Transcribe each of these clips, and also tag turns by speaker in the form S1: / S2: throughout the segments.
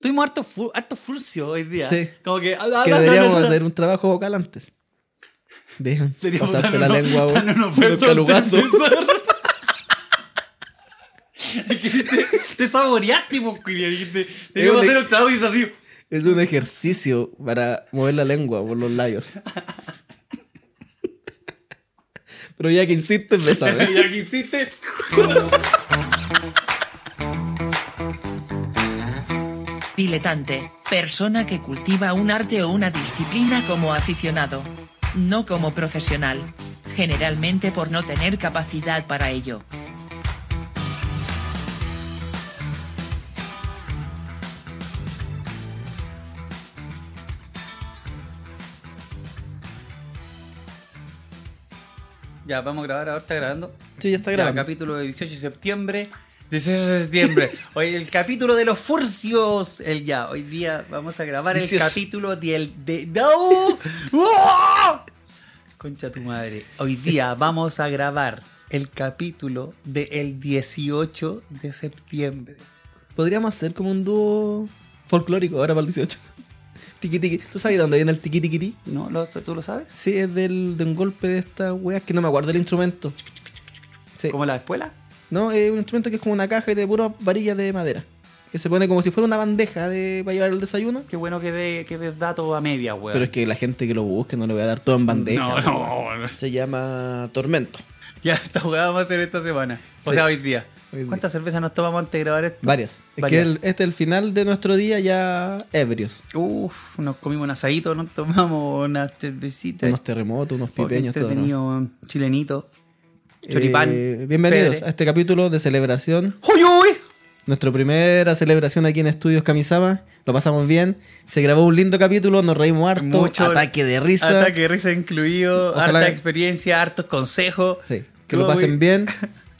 S1: Tuvimos harto, fu- harto furcio hoy día.
S2: Sí.
S1: Como que. ah,
S2: Que deberíamos hacer un trabajo vocal antes. Bien,
S1: Deberíamos
S2: pasaste la
S1: darnos-
S2: lengua vos.
S1: darnos unos besos
S2: Pero calugazo.
S1: antes de empezar. Es que te, te saboreaste, pues, culiao, dijiste, Teníamos que
S2: Es un-
S1: hacer un trabajo y es así.
S2: Es un ejercicio para mover la lengua por los labios. Pero ya que insistes, bésame.
S1: Ya que hiciste.
S3: Diletante, persona que cultiva un arte o una disciplina como aficionado. No como profesional. Generalmente por no tener capacidad para ello.
S1: Ya, vamos a grabar ahora, está grabando.
S2: Sí, ya está
S1: Ya,
S2: grabando.
S1: capítulo de 18 de septiembre. 18 de septiembre. Hoy el capítulo de los furcios. El ya, hoy día vamos a grabar el
S2: 18.
S1: capítulo del de ¡No! ¡Oh! Concha tu madre. Hoy día vamos a grabar el capítulo del 18 de septiembre.
S2: Podríamos hacer como un dúo folclórico ahora para el 18. Tiki tiki. ¿Tú sabes de dónde viene el tiki tiki ti?
S1: ¿No? ¿Lo- ¿Tú lo sabes?
S2: Sí, es del, de un golpe de estas weas que no me acuerdo el instrumento. Sí.
S1: ¿Como la escuela?
S2: No, es un instrumento que es como una caja y de puras varillas de madera. Que se pone como si fuera una bandeja de, para llevar el desayuno.
S1: Qué bueno que des que des datos a media, weón.
S2: Pero es que la gente que lo busque no le voy a dar todo en bandeja.
S1: No, no, no.
S2: Se llama Tormento.
S1: Ya, esta jugada vamos a hacer esta semana. O
S2: Sí.
S1: sea, hoy día.
S2: Hoy día.
S1: ¿Cuántas cervezas nos tomamos antes de grabar esto?
S2: Varias. Es
S1: Varias.
S2: que el- este es el final de nuestro día ya ebrios.
S1: Uf, nos comimos un asadito, nos tomamos unas cervecitas.
S2: Unos terremotos, unos
S1: Oh, qué
S2: pipeños, todo. ¿no?
S1: entretenido, chilenito.
S2: Eh,
S1: Choripán.
S2: bienvenidos
S1: pedre.
S2: a este capítulo de celebración.
S1: ¡Uy, uy!
S2: Nuestra primera celebración aquí en Estudios Kamisama. Lo pasamos bien. Se grabó un lindo capítulo, nos reímos harto.
S1: Mucho
S2: ataque de risa.
S1: Ataque de risa incluido,
S2: Ojalá
S1: harta
S2: que-
S1: experiencia, hartos consejos.
S2: Sí, que lo pasen bien,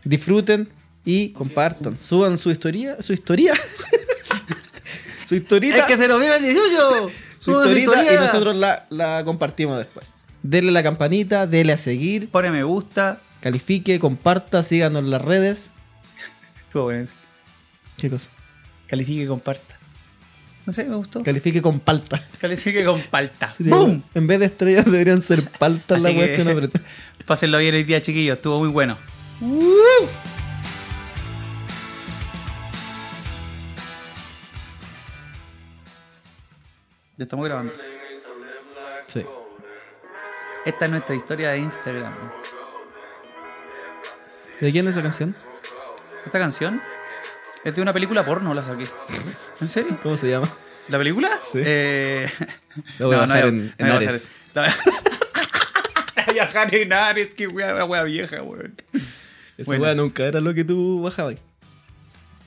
S2: disfruten y compartan. Suban su historia, su historia. su historita.
S1: ¡Es que se nos viene el 18!
S2: su
S1: Suban su
S2: historita y
S1: historia.
S2: nosotros la, la compartimos después. Dele la campanita, dele a seguir,
S1: Pone me gusta.
S2: califique, comparta, síganos en las redes.
S1: Estuvo bueno eso.
S2: Chicos,
S1: Califique y comparta. No sé, me gustó.
S2: califique con palta.
S1: Califique con palta.
S2: Sería
S1: ¡Bum!
S2: como- En vez de estrellas deberían ser paltas las
S1: Así
S2: weas
S1: que-
S2: que uno aprieta.
S1: Pásenlo bien hoy día, chiquillos. Estuvo muy bueno. Ya estamos grabando.
S2: Sí.
S1: Esta es nuestra historia de Instagram.
S2: ¿De quién es esa canción?
S1: Esta canción es de una película porno, la saqué. ¿En serio?
S2: ¿Cómo se llama?
S1: ¿La película?
S2: Sí.
S1: Eh,
S2: La voy a bajar en-
S1: la
S2: en
S1: voy a
S2: Ares.
S1: bajar. La voy a- La voy a bajar en Ares, que wea, la wea vieja, weón.
S2: Esa
S1: Bueno.
S2: wea nunca era lo que tú bajabas.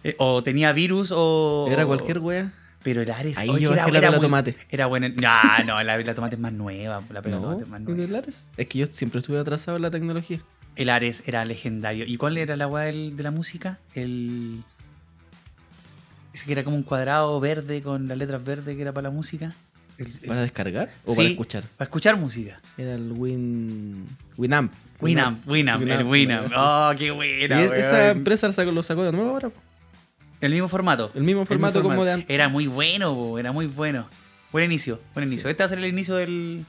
S1: Eh, o tenía virus o.
S2: Era cualquier wea.
S1: Pero el Ares.
S2: Ahí
S1: oye,
S2: yo bajé la Pela Tomate.
S1: Era buena. No, no, la Pela Tomate es más nueva. La Pela
S2: No,
S1: Tomate es más
S2: ¿en
S1: nueva.
S2: el Ares? Es que yo siempre estuve atrasado en la tecnología.
S1: El Ares era legendario. ¿Y cuál era la weá del- de la música? El. Ese que era como un cuadrado verde con las letras verdes que era para la música. El- el-
S2: ¿Para descargar o
S1: Sí,
S2: para escuchar?
S1: Para escuchar música.
S2: Era el Win... Winamp.
S1: Winamp, Winamp, el Winamp.
S2: sí.
S1: Oh, qué
S2: Y
S1: buena,
S2: es- esa
S1: weón.
S2: empresa lo sacó, lo sacó de nuevo ahora. po.
S1: El mismo formato.
S2: El mismo formato como de antes.
S1: Era muy bueno, po, era muy bueno. Buen inicio, buen inicio. Este va a ser el inicio del.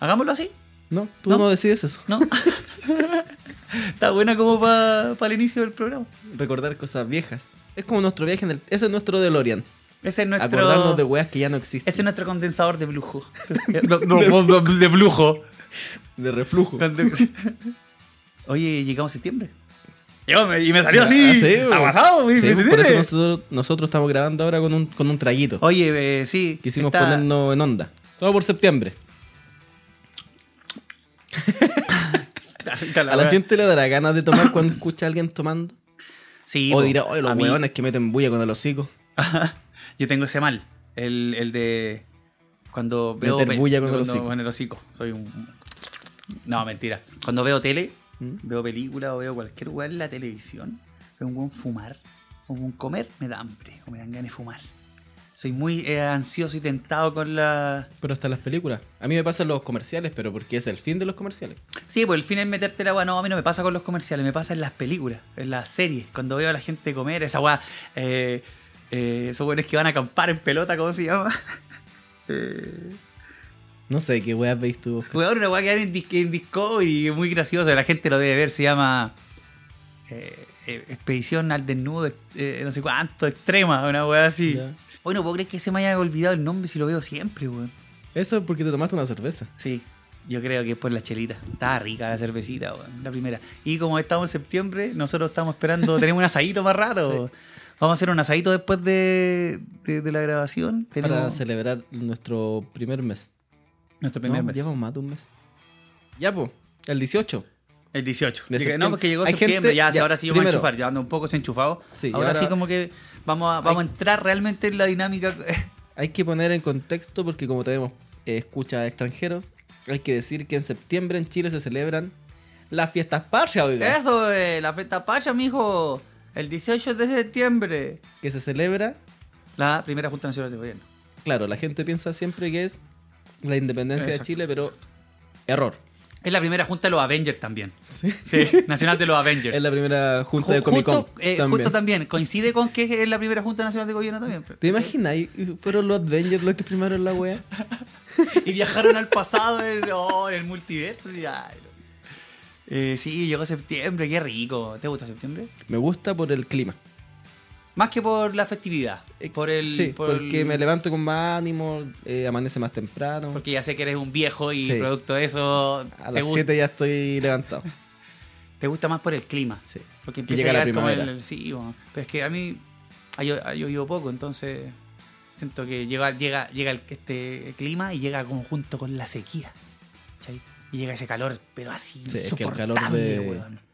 S1: Hagámoslo así,
S2: No, tú
S1: ¿No?
S2: no, decides eso.
S1: ¿no? Está buena como para el inicio del programa.
S2: Recordar cosas viejas. Es como nuestro viaje en el... Ese es nuestro DeLorean.
S1: Ese es nuestro.
S2: Acordarnos de weas que ya no existen.
S1: Ese es nuestro condensador de flujo. No, no, no, de flujo.
S2: De reflujo.
S1: Oye, llegamos a septiembre. pues. Llegó me- y me salió
S2: Ah,
S1: así.
S2: sí, weón.
S1: aguasado, güey,
S2: Sí,
S1: ¿me
S2: por eso
S1: entiendes?
S2: nosotros, nosotros estamos grabando ahora con un, con un traguito.
S1: Oye, eh, sí.
S2: Quisimos
S1: está-
S2: ponernos en onda. Todo por septiembre.
S1: está rica la
S2: A la
S1: weá.
S2: gente le dará ganas de tomar cuando escucha a alguien tomando.
S1: Sí,
S2: o
S1: po,
S2: dirá, oye, los
S1: a mí-
S2: hueones que meten bulla con el hocico.
S1: Yo tengo ese mal. El, el de. Cuando veo.
S2: Meter
S1: pe-
S2: bulla con el
S1: cuando-
S2: hocico.
S1: con el hocico. Soy un. No, mentira. Cuando veo tele, veo película o veo cualquier weá en la televisión, veo un weón fumar o un comer, me da hambre o me dan ganas de fumar. Soy muy eh, ansioso y tentado con la.
S2: Pero hasta las películas. A mí me pasan los comerciales, pero porque es el fin de los comerciales.
S1: Sí, pues el fin es meterte la agua. No, a mí no me pasa con los comerciales, me pasa en las películas, en las series. Cuando veo a la gente comer, esa agua. Eh, esos buenos que van a acampar en pelota, ¿cómo se llama? eh,
S2: No sé qué weas veis tú. Oscar.
S1: Weón, una weá que dan en, Dis- en Discovery, es muy gracioso, la gente lo debe ver, se llama eh, eh, Expedición al Desnudo, eh, no sé cuánto, extrema, una weá así.
S2: Ya.
S1: Hoy no puedo creer que se me haya olvidado el nombre si lo veo siempre, weón.
S2: Eso es porque te tomaste una cerveza.
S1: Sí, yo creo que es por la chelita. Estaba rica la cervecita, weón, la primera. Y como estamos en septiembre, nosotros estamos esperando, tenemos un asadito más rato. weón. Vamos a hacer un asadito después de, de- de la grabación.
S2: Para
S1: Tenemos
S2: celebrar nuestro primer mes.
S1: nuestro primer
S2: No,
S1: mes.
S2: Llevamos más de un mes. Ya, po. El 18.
S1: El 18.
S2: De
S1: Dije,
S2: septiembre.
S1: no, porque llegó
S2: Hay
S1: septiembre,
S2: gente-
S1: ya, sí,
S2: ya,
S1: ahora sí vamos
S2: primero.
S1: a enchufar, ya ando un poco desenchufado.
S2: Sí,
S1: ahora,
S2: ahora-
S1: sí como que vamos a, vamos a entrar realmente en la dinámica.
S2: Hay que poner en contexto porque como tenemos eh, escucha de extranjeros, hay que decir que en septiembre en Chile se celebran las fiestas patrias, oiga.
S1: Eso, eh, la fiesta pacha, mijo. El 18 de septiembre.
S2: Que se celebra,
S1: La primera Junta Nacional de Gobierno.
S2: claro, la gente piensa siempre que es la independencia de
S1: Exacto,
S2: Chile, pero error.
S1: Es la primera Junta de los Avengers también. Sí. Nacional de los Avengers.
S2: Es la primera junta
S1: Ju-
S2: de Comic Con.
S1: justo, eh,
S2: también.
S1: justo también. Coincide con que es la primera Junta Nacional de Gobierno también.
S2: ¿Te imaginas? Y- y Fueron los Avengers los que primaron la wea.
S1: Y viajaron al pasado, en, oh, en el multiverso. y, ay, no. Eh, sí, llegó septiembre, qué rico. ¿Te gusta septiembre?
S2: Me gusta por el clima.
S1: Más que por la festividad.
S2: Eh,
S1: Por el,
S2: sí,
S1: por el-
S2: porque me levanto con más ánimo, eh, amanece más temprano.
S1: Porque ya sé que eres un viejo y
S2: Sí.
S1: producto de eso.
S2: a
S1: te,
S2: las
S1: gu-
S2: 7 ya estoy levantado.
S1: te gusta más por el clima.
S2: Sí.
S1: Porque
S2: Y
S1: empieza
S2: llega
S1: a
S2: la
S1: llegar como el,
S2: primavera.
S1: sí, bueno. Pero es que a mí ha llo- ha llovido poco, entonces siento que llega, llega, llega el- este clima y llega como junto con la sequía. ¿cachai? Y llega ese calor, pero así
S2: Sí, es que el
S1: insoportable,
S2: calor de-
S1: weón.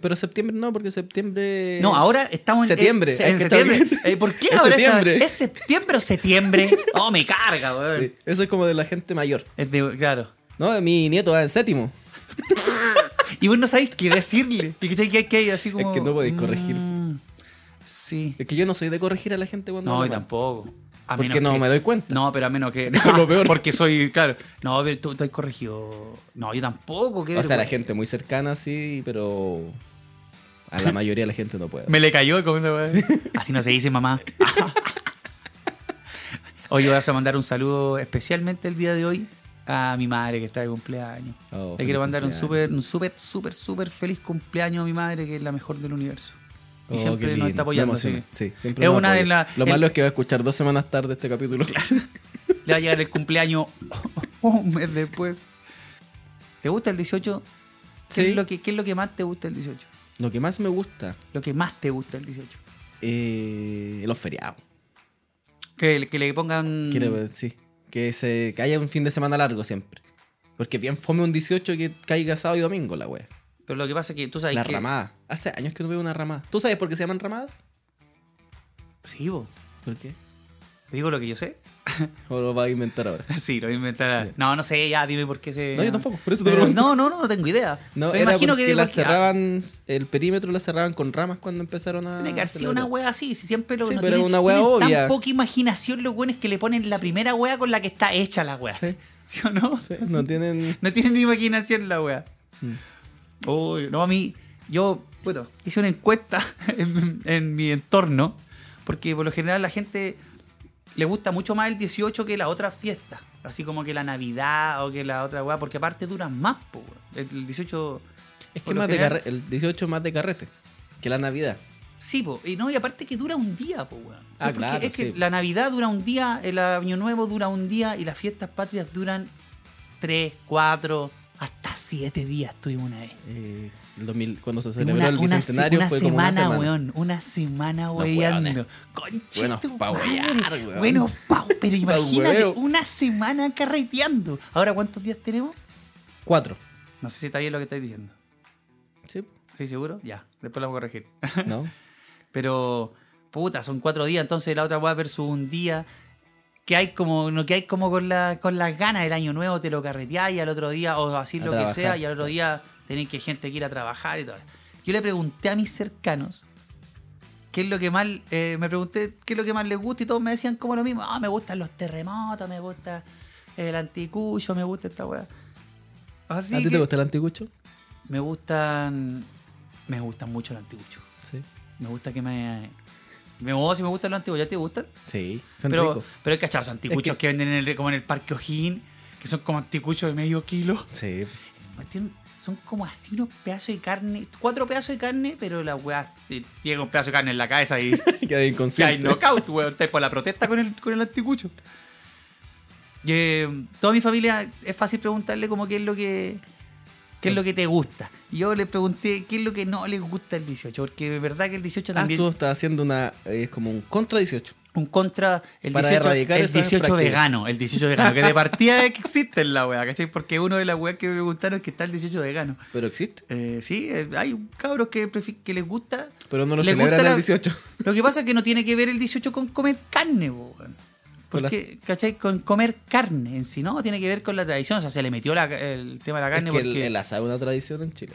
S2: Pero septiembre no, porque septiembre.
S1: No, ahora estamos en
S2: septiembre,
S1: eh,
S2: hay
S1: en
S2: que estar
S1: septiembre.
S2: bien.
S1: Eh, ¿Por qué
S2: Es
S1: ahora esa-
S2: septiembre.
S1: es septiembre o septiembre? Oh, me carga, weón.
S2: Sí, eso es como de la gente mayor.
S1: Es de, claro.
S2: No, mi nieto va en séptimo.
S1: Y vos no sabéis qué decirle. Y que, que, que así como.
S2: que no podéis corregir.
S1: "Mm, sí.
S2: Es que yo no soy de corregir a la gente cuando.
S1: No,
S2: habla
S1: y
S2: mal.
S1: tampoco. A
S2: Porque
S1: menos
S2: no
S1: que-
S2: me doy cuenta.
S1: No, pero a menos que.
S2: Es lo peor.
S1: Porque soy, claro. No, pero tú, tú has corregido. No, yo tampoco. qué
S2: o sea, la
S1: vergüenza.
S2: gente muy cercana sí, pero. A la mayoría de la gente no puede.
S1: Me le cayó, ¿cómo se puede? Así no se dice, mamá. Hoy vas a mandar un saludo especialmente el día de hoy a mi madre que está de cumpleaños.
S2: Oh,
S1: Le
S2: feliz
S1: quiero mandar un
S2: cumpleaños.
S1: súper, un súper, súper, súper feliz cumpleaños a mi madre que es la mejor del universo. Y
S2: Oh, qué
S1: siempre
S2: lindo.
S1: nos está apoyando.
S2: Me
S1: así
S2: emociona.
S1: que-
S2: Sí, siempre
S1: Es
S2: nos
S1: una de
S2: apoya.
S1: las-
S2: Lo
S1: el-
S2: malo es que va a escuchar dos semanas tarde este capítulo.
S1: Le va a llegar el cumpleaños un mes después. ¿Te gusta el 18? ¿Qué,
S2: Sí.
S1: es lo que, ¿Qué es lo que más te gusta el 18?
S2: Lo que más me gusta,
S1: Lo que más te gusta el 18.
S2: eh, los feriados.
S1: Que, que le pongan...
S2: Quiero- sí, que, se, que haya un fin de semana largo siempre. Porque bien fome un 18 que caiga sábado y domingo la wea.
S1: Pero lo que pasa es que tú sabes
S2: La
S1: que...
S2: ramada. Hace años que no veo una ramada. ¿Tú sabes por qué se llaman ramadas?
S1: Sí, vos.
S2: ¿Por qué?
S1: ¿Te digo lo que yo sé?
S2: ¿O lo vas a inventar ahora?
S1: Sí, lo voy a inventar. a- No, no sé, ya dime por qué se...
S2: No, yo tampoco, por eso te
S1: Pero-
S2: pregunto.
S1: No, no, no, no tengo idea.
S2: No,
S1: Me
S2: era
S1: imagino que...
S2: porque
S1: de
S2: la
S1: cualquier- ah,
S2: cerraban, el perímetro la cerraban con ramas cuando empezaron a...
S1: Tiene que haber sido
S2: celebrar.
S1: una wea así, si siempre lo
S2: Sí,
S1: no
S2: pero
S1: tienen-
S2: una wea
S1: tienen
S2: obvia.
S1: tan poca imaginación los buenos que le ponen la primera wea con la que está hecha la wea. ¿Sí,
S2: Sí.
S1: o no?
S2: Sí, no tienen...
S1: No tienen ni imaginación la wea.
S2: Mm.
S1: Uy, no, a mí, yo puto, hice una encuesta en, en mi entorno, porque por lo general la gente le gusta mucho más el 18 que la otra fiesta, así como que la Navidad o que la otra weá, porque aparte duran más, po, weón. el 18...
S2: Es que
S1: por lo
S2: más de
S1: general-
S2: carre- el 18 más de carrete que la Navidad.
S1: Sí, po. y no, y aparte que dura un día, po, weón. O sea,
S2: Ah,
S1: porque
S2: claro,
S1: es que
S2: sí.
S1: la Navidad dura un día, el Año Nuevo dura un día y las fiestas patrias duran tres, cuatro, hasta siete días tuvimos una vez.
S2: Eh, el 2000, cuando se celebró el
S1: se-
S2: Bicentenario
S1: una
S2: fue como
S1: semana,
S2: una semana.
S1: weón. Una semana
S2: weones.
S1: hueveando. Conchito,
S2: Buenos pa' huear, weón.
S1: Bueno, pa, pero imagínate,
S2: hueveo.
S1: una semana carreteando. Ahora, ¿cuántos días tenemos?
S2: Cuatro.
S1: No sé si está bien lo que estáis diciendo.
S2: Sí,
S1: ¿Sí, seguro? Ya, después lo voy a corregir.
S2: ¿no?
S1: Pero, puta, son cuatro días, entonces la otra weá versus un día. Que hay como, no que hay como con, la, con las ganas del año nuevo, te lo carreteáis y al otro día, o así
S2: A
S1: lo que
S2: trabajar.
S1: sea, y al otro día tenéis que gente que ir a trabajar y todo. Yo le pregunté a mis cercanos qué es lo que más, eh, me pregunté qué es lo que más les gusta y todos me decían como lo mismo, ah, me gustan los terremotos, me gusta eh, el anticucho, me gusta esta weá. Así
S2: ¿A ti
S1: que
S2: te gusta el anticucho?
S1: me gustan, me gustan mucho el anticucho.
S2: Sí.
S1: Me gusta que me, Me oh, si me gustan los antiguos, ¿ya te gustan?
S2: Sí, son
S1: Pero,
S2: ricos.
S1: pero hay cachados anticuchos
S2: Es que-
S1: que... venden en el, como en el Parque O'Higgins, que son como anticuchos de medio kilo.
S2: Sí.
S1: Tienen- Son como así unos pedazos de carne, cuatro pedazos de carne, pero la weá te llega un pedazo de carne en la cabeza y
S2: Queda
S1: ya hay
S2: inconsciente.
S1: knockout, weón. Estáis por la protesta con el, con el anticucho. Y, eh, toda mi familia es fácil preguntarle como qué es lo que qué es lo que te gusta. Y Yo les pregunté qué es lo que no les gusta el 18, porque de verdad que el 18
S2: Ah,
S1: también
S2: tú estás haciendo una. eh, Es como un contra 18.
S1: un contra el
S2: Para
S1: 18,
S2: erradicar
S1: el
S2: esas
S1: 18
S2: prácticas.
S1: vegano, el 18 vegano, que de partida existe en la wea, ¿cachai? Porque uno de las weas que me preguntaron es que está el 18 vegano.
S2: Pero existe.
S1: Eh, sí, eh, hay cabros que, prefi- que les gusta.
S2: Pero no lo
S1: les
S2: celebran
S1: gusta
S2: el
S1: la-
S2: 18.
S1: Lo que pasa es que no tiene que ver el 18 con comer carne, po, weón.
S2: Con la-
S1: Porque, ¿cachai? Con comer carne en sí, ¿no? Tiene que ver con la tradición. O sea, se le metió la- el tema de la
S2: Es
S1: carne
S2: que el,
S1: porque.
S2: el asado es una tradición en Chile.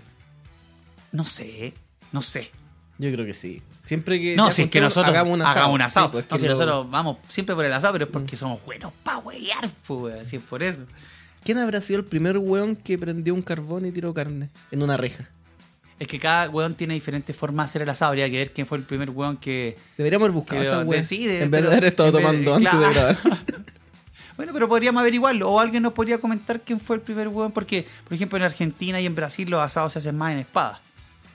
S1: No sé, no sé.
S2: Yo creo que sí. Siempre que.
S1: No,
S2: ya
S1: si es que
S2: juntémonos,
S1: nosotros
S2: hagamos un asado. Sí, pues,
S1: no,
S2: que
S1: si
S2: lo- Mm.
S1: nosotros vamos siempre por el asado, pero es porque somos buenos para huear, pues, así es por eso.
S2: ¿Quién habrá sido el primer weón que prendió un carbón y tiró carne en una reja?
S1: Es que cada weón tiene diferentes formas de hacer el asado. Habría que ver quién fue el primer weón que.
S2: Deberíamos haber buscado
S1: Que
S2: esa weón.
S1: decide,
S2: en vez
S1: pero-
S2: de haber estado
S1: en vez de-
S2: tomando antes
S1: claro.
S2: de grabar.
S1: Bueno, pero podríamos averiguarlo. O alguien nos podría comentar quién fue el primer weón. Porque, por ejemplo, en Argentina y en Brasil los asados se hacen más en espada.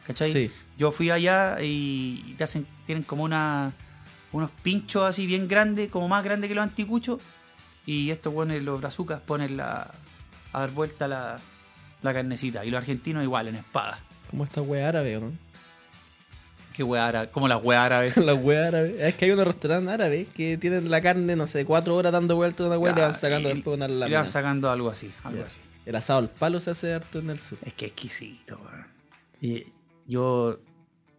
S1: ¿Cachai?
S2: Sí.
S1: Yo fui allá y y te hacen, tienen como una, unos pinchos así bien grandes, como más grandes que los anticuchos. Y estos weones, los brazucas, ponen la, a dar vuelta la, la carnecita. Y los argentinos igual, en espada.
S2: Como esta wea árabe, ¿o ¿no?
S1: Qué wea árabe, como las weas árabes.
S2: La wea árabe. Es que hay unos restaurantes árabes que tienen la carne, no sé, cuatro horas dando vueltas una wea y le van sacando
S1: Y-
S2: después una
S1: y Le
S2: lámina.
S1: van sacando algo así, algo
S2: Ya.
S1: así.
S2: El asado al palo se hace harto en el sur.
S1: Es que exquisito, weón. Sí, yo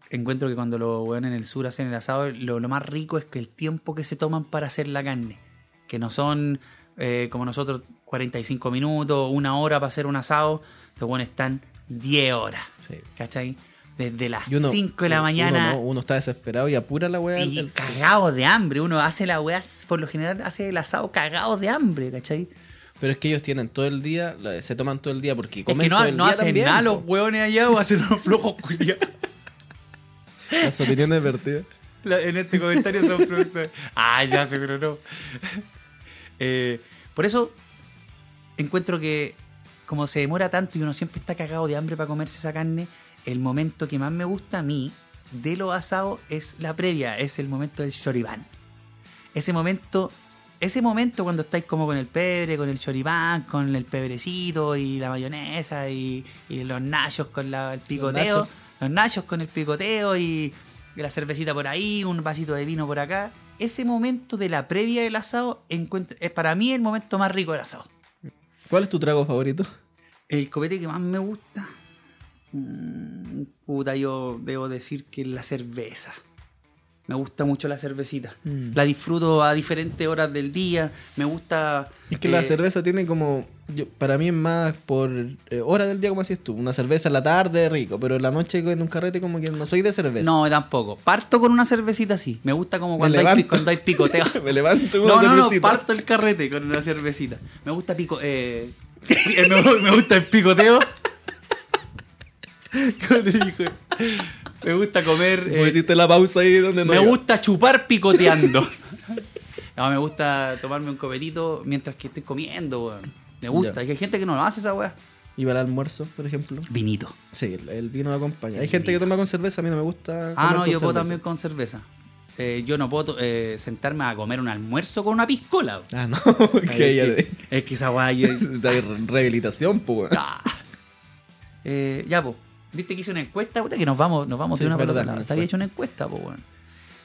S1: encuentro que cuando los weones en el sur hacen el asado, lo, lo más rico es que el tiempo que se toman para hacer la carne. Que no son eh, como nosotros 45 minutos, una hora para hacer un asado. Los weones están 10 horas,
S2: Sí.
S1: ¿cachai? Desde las
S2: Y uno-
S1: 5 de la
S2: uno
S1: mañana
S2: no, Uno, está desesperado y apura la wea.
S1: y
S2: el-
S1: cagado de hambre. Uno hace la weá, por lo general hace el asado cagado de hambre, ¿cachai?
S2: Pero es que ellos tienen todo el día, la- se toman todo el día porque
S1: Es
S2: comen
S1: que
S2: todo
S1: no,
S2: el
S1: no
S2: día
S1: hacen
S2: también,
S1: nada
S2: po.
S1: los weones allá o hacen unos flojos culiados.
S2: Las opiniones vertidas.
S1: La- en este comentario son productos. Ah, ya seguro no. Eh, por eso encuentro que como se demora tanto y uno siempre está cagado de hambre para comerse esa carne, el momento que más me gusta a mí de los asados es la previa, es el momento del choribán. Ese momento, ese momento cuando estáis como con el pebre, con el choribán, con el pebrecito y la mayonesa y, y los nachos con la- el picoteo,
S2: nachos.
S1: los nachos con el picoteo y la cervecita por ahí, un vasito de vino por acá. Ese momento de la previa del asado encuentro- es para mí el momento más rico del asado.
S2: ¿Cuál es tu trago favorito?
S1: El copete que más me gusta. mm, Puta, yo debo decir que la cerveza. Me gusta mucho la cervecita.
S2: Mm.
S1: La disfruto a diferentes horas del día. Me gusta.
S2: Es que la
S1: eh,
S2: cerveza tiene como. yo- para mí es más por eh, hora del día, como decís tú. Una cerveza en la tarde, rico. Pero en la noche en un carrete, como que no soy de cerveza.
S1: No, tampoco. Parto con una cervecita así. Me gusta como
S2: Me
S1: cuando, hay,
S2: levanto.
S1: pi- cuando hay picoteo.
S2: Me levanto con
S1: no,
S2: una
S1: no, no.
S2: cervecita.
S1: Parto el carrete con una cervecita. Me gusta pico. eh, me, me gusta el picoteo. ¿Cómo te dije? Me gusta comer.
S2: Como
S1: eh,
S2: hiciste la pausa ahí donde no.
S1: me
S2: iba.
S1: gusta chupar picoteando. no, me gusta tomarme un copetito mientras que estoy comiendo, weón. Me gusta.
S2: Ya.
S1: Es que hay gente que no lo hace esa weá.
S2: Y para el almuerzo, por ejemplo.
S1: Vinito.
S2: Sí, el, el vino acompaña.
S1: El
S2: Hay gente que
S1: vino.
S2: toma con cerveza, a mí no me gusta.
S1: Ah,
S2: comer
S1: no,
S2: con
S1: yo puedo
S2: cerveza.
S1: también con cerveza. Eh, yo no puedo to- eh, sentarme a comer un almuerzo con una piscola. weón.
S2: Ah, no. ok,
S1: Ay,
S2: ya
S1: es,
S2: te-
S1: que, es que esa weá yo...
S2: Está en rehabilitación, pues.
S1: Ah. Eh, ya, po. ¿Viste que hice una encuesta? Puta, que nos vamos, nos vamos
S2: Sí,
S1: de una
S2: verdad,
S1: palabra.
S2: una
S1: Te había
S2: encuesta.
S1: hecho una encuesta, po, weón.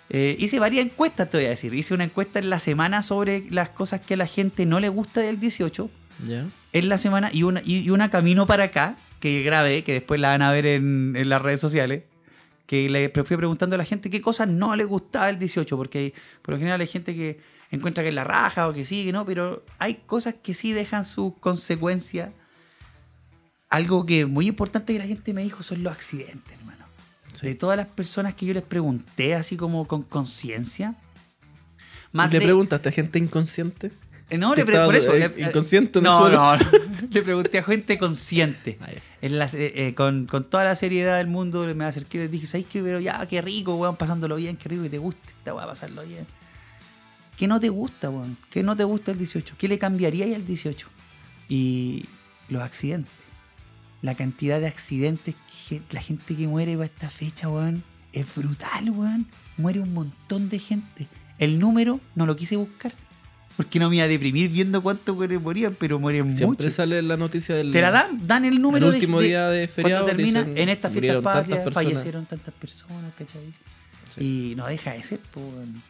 S1: Eh, hice varias encuestas, te voy a decir. Hice una encuesta en la semana sobre las cosas que a la gente no le gusta del 18.
S2: Ya.
S1: En la semana y una, y, y una camino para acá que grabé, que después la van a ver en, en las redes sociales. Que le pre- fui preguntando a la gente qué cosas no le gustaba el 18, porque por lo general hay gente que encuentra que es la raja o que sí, que no, pero hay cosas que sí dejan su consecuencia. Algo que es muy importante que la gente me dijo son los accidentes, hermano.
S2: Sí.
S1: De todas las personas que yo les pregunté, así como con conciencia, más
S2: ¿Le
S1: de-
S2: preguntaste a gente inconsciente?
S1: No, le pre-
S2: Estaba,
S1: por eso.
S2: eh,
S1: le-
S2: inconsciente en el
S1: no,
S2: suelo.
S1: no, no. Le pregunté a gente consciente.
S2: Ah, ya.
S1: En las- eh, eh, con, con toda la seriedad del mundo me acerqué y les dije, ¿sabes qué? Pero ya, qué rico, weón, pasándolo bien, qué rico que te guste esta weá, pasarlo bien. ¿Qué no te gusta, weón? ¿Qué no te gusta el 18? ¿Qué le cambiaría al 18? Y los accidentes. La cantidad de accidentes, que, gen- la gente que muere para esta fecha, weón, es brutal, weón. Muere un montón de gente. El número no lo quise buscar. Porque no me iba a deprimir viendo cuántos weones morían, pero mueren
S2: Siempre
S1: muchos.
S2: sale la noticia del.
S1: Te la dan, dan el número
S2: El
S1: de-
S2: último
S1: de,
S2: día de feriado,
S1: cuando termina
S2: dicen,
S1: en estas fiestas
S2: murieron tantas
S1: patrias
S2: personas.
S1: fallecieron tantas personas, ¿cachai? Y no deja de ser, po, weón.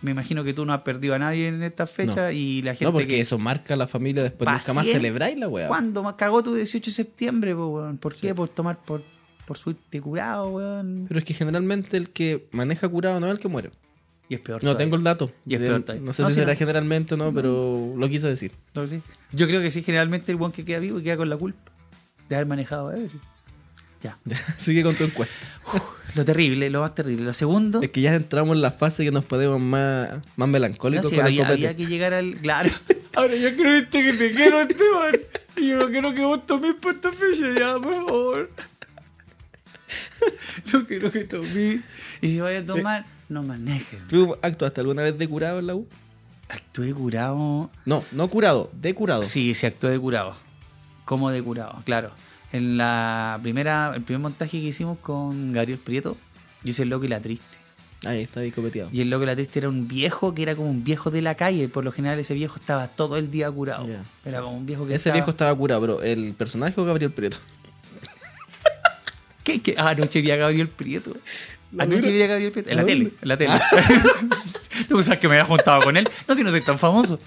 S1: Me imagino que tú no has perdido a nadie en estas fechas y la gente
S2: No, porque
S1: que
S2: eso marca a la familia después. Nunca más
S1: Paciencia.
S2: celebráis la weá.
S1: ¿Cuándo más cagó tu 18 de septiembre, po, weón? ¿Por
S2: Sí.
S1: qué? Por tomar por por subirte curado, weón.
S2: Pero es que generalmente el que maneja curado no es el que muere.
S1: Y es peor.
S2: No
S1: todavía.
S2: tengo el dato.
S1: Y es
S2: Del-
S1: peor todavía.
S2: No sé
S1: No,
S2: si
S1: sí,
S2: será
S1: no.
S2: generalmente o no, pero lo quise decir.
S1: No, sí. Yo creo que sí, generalmente el weón que queda vivo y queda con la culpa de haber manejado a Everett. Ya.
S2: Sigue con tu encuesta.
S1: Lo terrible, lo más terrible. Lo segundo.
S2: Es que ya entramos en la fase que nos ponemos más, más melancólicos
S1: No, sí,
S2: con el
S1: había,
S2: copete.
S1: había que llegar al. Claro. Ahora yo creo este que te quiero, Esteban. Y yo no quiero que vos tomes para esta fecha ya, por favor. No quiero que tomes. Y si vayas a tomar, no manejes.
S2: ¿Tú actuaste alguna vez de curado en la U?
S1: Actué curado.
S2: No, no curado, de curado.
S1: Sí, sí, actué de curado. Como de curado, claro. En la primera, el primer montaje que hicimos con Gabriel Prieto, yo hice el loco y la triste.
S2: Ahí está ahí copeteado.
S1: Y el loco de la triste era un viejo que era como un viejo de la calle. Por lo general ese viejo estaba todo el día curado.
S2: Ya.
S1: Era como un viejo que
S2: Ese
S1: estaba...
S2: viejo estaba curado, pero el personaje o Gabriel Prieto.
S1: ¿Qué, qué? Ah, Anoche vi a Gabriel Prieto.
S2: La
S1: Anoche
S2: dura.
S1: vi a Gabriel Prieto. En la
S2: La
S1: tele,
S2: dura.
S1: en la tele. Tú pensabas que me había juntado con él. No, si no soy tan famoso.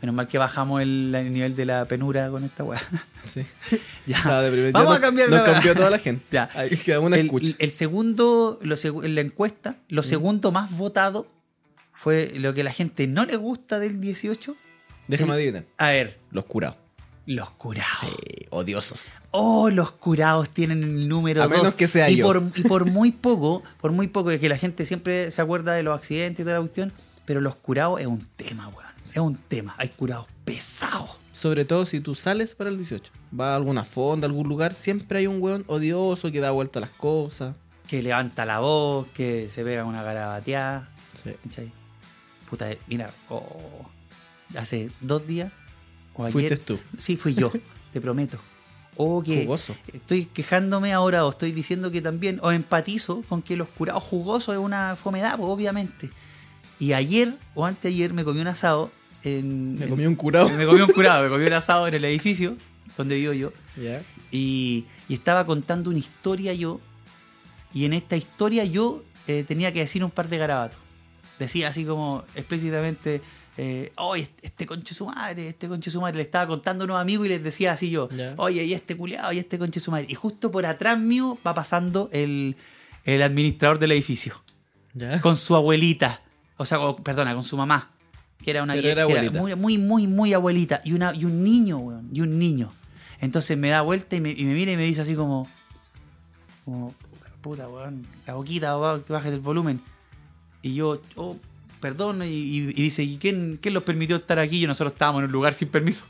S1: Menos mal que bajamos el, el nivel de la penura con esta weá.
S2: Sí.
S1: Ya.
S2: Estaba deprimido.
S1: Vamos
S2: Ya
S1: a
S2: no-
S1: cambiar
S2: Nos
S1: la-
S2: cambió toda la gente.
S1: Ya.
S2: Ahí queda una escucha.
S1: el, el segundo, lo segu- en la encuesta, lo segundo más votado fue lo que la gente no le gusta del 18.
S2: Déjame
S1: el-
S2: adivinar.
S1: A ver,
S2: Los curados.
S1: los curados.
S2: Eh, odiosos.
S1: Oh, los curados tienen el número
S2: A
S1: dos.
S2: menos que sea
S1: y
S2: yo.
S1: Por, y por muy poco, por muy poco, es que la gente siempre se acuerda de los accidentes y toda la cuestión, pero los curados es un tema, weón. Es un tema. Hay curados pesados.
S2: Sobre todo si tú sales para el 18. Vas a alguna fonda, a algún lugar, siempre hay un weón odioso que da vuelta a las cosas.
S1: Que levanta la voz, que se pega una garabateada.
S2: Sí.
S1: ¿cachai? Puta, eh, mira, oh, hace dos días o ayer.
S2: Fuiste tú.
S1: Sí, fui yo, te prometo. Oh, O que
S2: Jugoso.
S1: estoy quejándome ahora o estoy diciendo que también, o empatizo con que los curados jugosos es una fomedad, pues, obviamente. Y ayer o anteayer me comí un asado en...
S2: Me comí un curado.
S1: me comí un curado, me comí un asado en el edificio donde vivo yo
S2: Ya.
S1: y, y estaba contando una historia yo y en esta historia yo eh, tenía que decir un par de garabatos. Decía así como explícitamente, eh, "Oye, este- este conche su madre, este conche su madre, le estaba contando a unos amigos y les decía así yo,
S2: Ya.
S1: oye, y este culeado, y este conche su madre. Y justo por atrás mío va pasando el, el administrador del edificio
S2: Ya.
S1: con su abuelita. O sea, con- perdona, con su mamá. Que era una
S2: Pero
S1: vie-
S2: era
S1: que
S2: abuelita.
S1: muy, muy, muy, muy abuelita. Y, una, y un niño, weón. Y un niño. Entonces me da vuelta y me, y me mira y me dice así como. Como, puta, weón. La boquita, weón, que bajes el volumen. Y yo, oh, perdón. Y, y- y dice, ¿y quién, quién los permitió estar aquí? Y nosotros estábamos en un lugar sin permiso.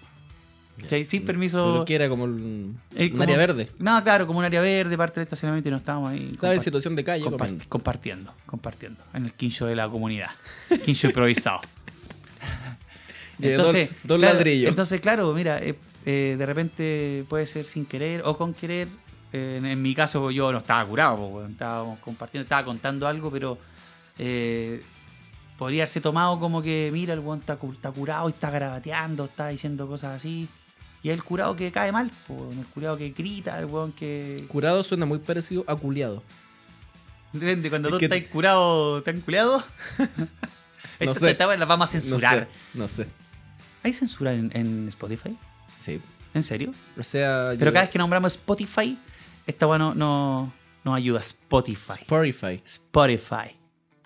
S1: ¿Cachai? Sin permiso.
S2: Pero que era como un,
S1: Eh,
S2: un
S1: como-
S2: área verde.
S1: No, claro, como un área verde, parte del estacionamiento y no estábamos ahí.
S2: Estaba en
S1: comparti-
S2: situación de calle.
S1: Compart-
S2: comiendo.
S1: compartiendo, compartiendo. En el quincho de la comunidad. Quincho improvisado.
S2: Y de
S1: entonces,
S2: dos- dos
S1: claro,
S2: ladrillos.
S1: entonces, claro, mira, eh, eh, de repente puede ser sin querer o con querer. Eh, en, en mi caso, yo no estaba curado, po, weón. estábamos compartiendo, estaba contando algo, pero eh, podría haberse tomado como que, mira, el weón está, cu- está curado y está garabateando, está diciendo cosas así. Y el curado que cae mal, po, el curado que grita, el weón que,
S2: Curado suena muy parecido a culiado.
S1: Depende, cuando
S2: Es
S1: tú
S2: que-
S1: estás curado, ¿estás culeado?
S2: No
S1: Esto
S2: sé.
S1: esta weá la vamos a censurar.
S2: No sé. No sé.
S1: ¿Hay censura en, en Spotify?
S2: Sí.
S1: ¿En serio?
S2: O sea,
S1: Pero
S2: yo-
S1: cada vez que nombramos Spotify, esta weá no, no, no ayuda. Spotify.
S2: Spotify.
S1: Spotify.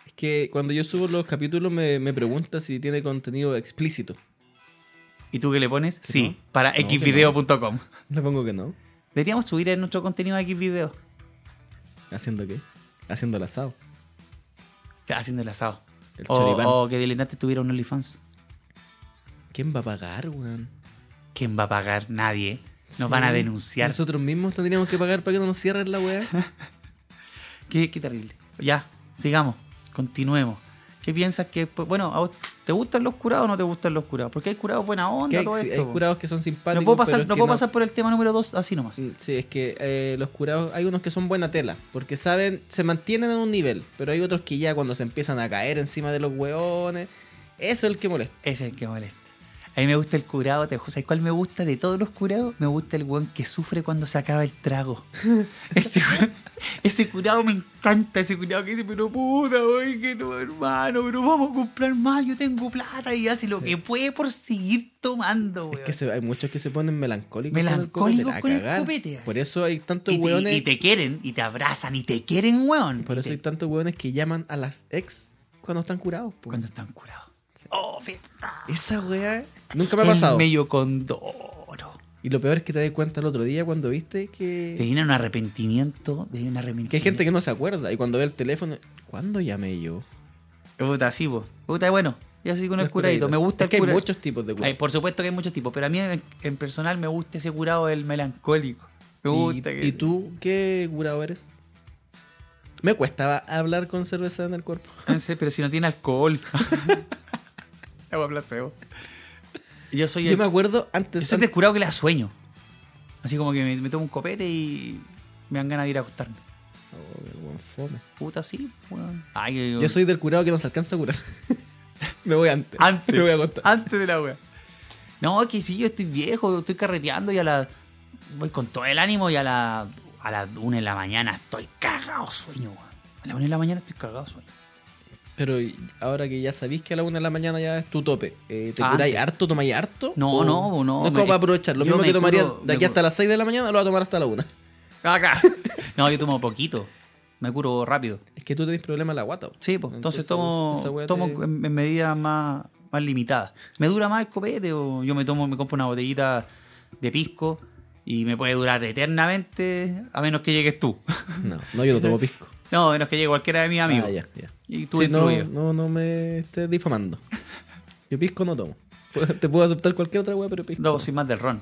S2: Es que cuando yo subo los capítulos me, me pregunta si tiene contenido explícito.
S1: ¿Y tú qué le pones? Sí,
S2: no?
S1: para
S2: No, que no.
S1: xvideo.com.
S2: Le pongo que no.
S1: Deberíamos subir en nuestro contenido a xvideo.
S2: ¿Haciendo qué? Haciendo el asado.
S1: Ah, Haciendo el asado.
S2: El
S1: o, Oh,
S2: choripán.
S1: o que Dilendante tuviera un OnlyFans.
S2: ¿Quién va a pagar, weón?
S1: ¿Quién va a pagar? Nadie. Nos van a
S2: Sí.
S1: denunciar.
S2: Nosotros mismos tendríamos que pagar para que no nos cierren la weá.
S1: Qué, qué terrible. Ya, sigamos, continuemos. ¿Qué piensas que después- Bueno, ¿a vos ¿te gustan los curados o no te gustan los curados? Porque hay curados buena
S2: Que
S1: onda,
S2: hay,
S1: todo
S2: sí, hay
S1: esto. po.
S2: curados que son simpáticos.
S1: no puedo, pasar,
S2: pero es
S1: no
S2: que Mm,
S1: puedo pasar por el tema número 2 así nomás.
S2: Sí, es que eh, los curados, hay unos que son buena tela, porque saben, se mantienen en un nivel, pero hay otros que ya cuando se empiezan a caer encima de los hueones, eso es el que molesta.
S1: Ese es el que molesta. A mí me gusta el curado, te ¿sabes cuál me gusta de todos los curados? Me gusta el weón que sufre cuando se acaba el trago. Ese, weón- ese curado me encanta, ese curado que dice, pero puta, weón, que no, hermano, pero vamos a comprar más, yo tengo plata y hace lo que puede por seguir tomando,
S2: Es
S1: weón.
S2: que se- hay muchos que se ponen melancólicos. con el
S1: Melancólicos
S2: copete, a
S1: con el
S2: cagar.
S1: copete, así.
S2: Por eso hay tantos
S1: Y te,
S2: hueones.
S1: y te quieren, y te abrazan, y te quieren, weón.
S2: Por
S1: Y
S2: eso
S1: te-
S2: hay tantos hueones que llaman a las ex cuando están curados. po.
S1: cuando están curados. Oh, verdad.
S2: Esa weá nunca me ha pasado.
S1: El medio condoro.
S2: Y lo peor es que te das cuenta el otro día cuando viste
S1: Te
S2: que,
S1: viene un arrepentimiento, te viene un arrepentimiento.
S2: que hay gente que no se acuerda. Y cuando ve el teléfono, ¿cuándo llamé yo?
S1: Eh, Puta, sí, po. Puta, bueno, ya soy con el curadito.
S2: Los curaditos.
S1: Me gusta
S2: Es
S1: el
S2: que hay
S1: curado.
S2: muchos tipos de curados.
S1: por supuesto que hay muchos tipos, pero a mí en, en personal me gusta ese curado del melancólico. Me
S2: ¿Y,
S1: gusta que-
S2: y tú qué curado eres? Me cuesta hablar con cerveza en el cuerpo.
S1: No sé, pero si no tiene alcohol. Agua placebo. Yo soy
S2: Yo
S1: el,
S2: me acuerdo
S1: yo
S2: antes.
S1: soy del curado que la sueño. Así como que me, me tomo un copete y me dan ganas de ir a acostarme.
S2: Oh, qué buen fome.
S1: Puta, sí, weón. Ay, yo-
S2: Yo soy del curado que no se alcanza a curar. me voy antes.
S1: Antes. Ah.
S2: Me voy a acostar.
S1: Antes de la wea. No, es que sí, yo estoy viejo, estoy carreteando y a la. Voy con todo el ánimo y a la. A las 1 de la mañana estoy cagado sueño, weón. A las 1 de la mañana estoy cagado sueño.
S2: Pero y- ahora que ya sabéis que a la una de la mañana ya es tu tope, eh, ¿te
S1: Ah,
S2: curáis harto? ¿Tomáis harto?
S1: No,
S2: ¿O
S1: no, no,
S2: No es
S1: me-
S2: como para aprovechar. Lo
S1: yo
S2: mismo
S1: me
S2: que tomaría
S1: curo-
S2: de
S1: me
S2: aquí hasta
S1: curo.
S2: las 6 de la mañana, lo va a tomar hasta la una.
S1: Acá. No, yo tomo poquito. Me curo rápido.
S2: Es que tú tenés problema en la guata. po.
S1: Sí, pues entonces
S2: Entonces,
S1: tomo,
S2: esa wea te-
S1: tomo en, en medidas más, más limitadas. Me dura más el copete o yo me tomo, me compro una botellita de pisco y me puede durar eternamente a menos que llegues tú.
S2: No, no, yo no tomo pisco.
S1: No, a menos que llegue cualquiera de mis amigos.
S2: Ah, ya, ya.
S1: Y tú
S2: Sí, no,
S1: incluido.
S2: no, no me estés difamando. Yo pisco no tomo. Te puedo aceptar cualquier otra weá, pero pisco.
S1: No,
S2: no.
S1: soy más del ron.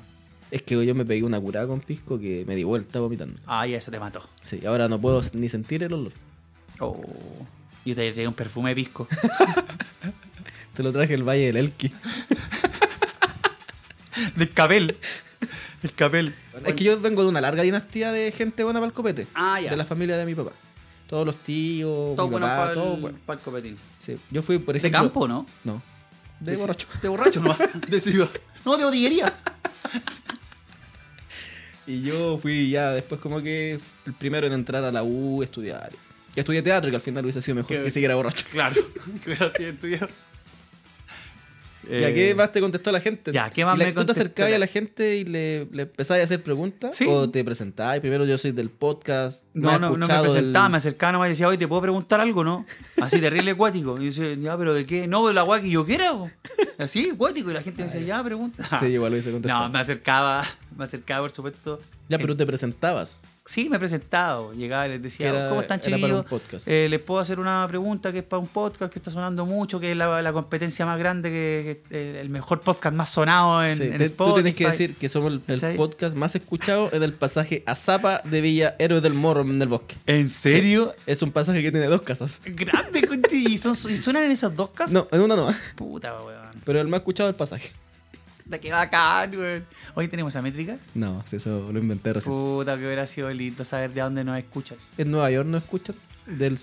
S2: Es que yo me pegué una curada con pisco que me di vuelta vomitando.
S1: Ah, ya, eso te mató.
S2: Sí, ahora no puedo ni sentir el olor.
S1: Oh. Yo te traía un perfume de pisco.
S2: Te lo traje el Valle del Elqui.
S1: Del cabel. El cabel.
S2: Es que yo vengo de una larga dinastía de gente buena para el copete.
S1: Ah, ya.
S2: De la familia de mi papá. Todos los tíos,
S1: Todo
S2: Oh, mi
S1: bueno
S2: papá,
S1: para
S2: todo
S1: el,
S2: bueno.
S1: pa'l copetín.
S2: Sí, Yo fui, por
S1: De
S2: ejemplo...
S1: campo, ¿no?
S2: No. De, borracho.
S1: De borracho nomás. De ciudad. No, de botillería.
S2: Y yo fui ya después como que el primero en entrar a la U, estudiar. Y estudié teatro, que al final hubiese sido mejor
S1: Qué-
S2: que siguiera borracho.
S1: Claro. Que hubiera sido estudiado.
S2: ¿Y a
S1: Eh,
S2: qué más te contestó la gente?
S1: ya, ¿qué más
S2: ¿Y la-
S1: me
S2: ¿Tú te
S1: contestó
S2: acercabas
S1: la-
S2: a la gente y le, le empezabas a hacer preguntas?
S1: Sí.
S2: ¿O te presentabas? Primero yo soy del podcast.
S1: No,
S2: más
S1: no, no me
S2: escuchado del-
S1: presentaba, me acercaba nomás y decía, oye, ¿te puedo preguntar algo, no? Así terrible acuático. Y yo decía, ya, pero ¿de qué? No, de la agua que yo quiera. po. Así, acuático. Y la gente me decía, ya, pregunta.
S2: Sí, igual lo hice contestar.
S1: No, me acercaba, me acercaba, por supuesto.
S2: Ya, pero te presentabas.
S1: Sí, me he presentado. Llegaba y les decía,
S2: Que era-
S1: ¿cómo están,
S2: era para
S1: chiquillos?
S2: un podcast.
S1: Eh, les puedo hacer una pregunta que es para un podcast que está sonando mucho, que es la, la competencia más grande, que, que el- el mejor podcast más sonado en,
S2: Sí,
S1: en
S2: te-
S1: Spotify.
S2: tú tienes que decir que somos el, el
S1: ¿Cachai?
S2: podcast más escuchado en el pasaje a Zapa de Villa Héroes del Morro en el bosque.
S1: ¿En serio?
S2: Es un pasaje que tiene dos casas.
S1: Grande, conche, ¿Y, son- y suenan en esas dos casas?
S2: No, en una no,
S1: Puta, weón.
S2: pero el más escuchado es el pasaje.
S1: La que bacán, weón. Hoy tenemos a métrica.
S2: No, Pues sí, eso lo inventé recién.
S1: Puta, que hubiera sido lindo saber de dónde nos escuchan.
S2: En Nueva York no escuchan. Del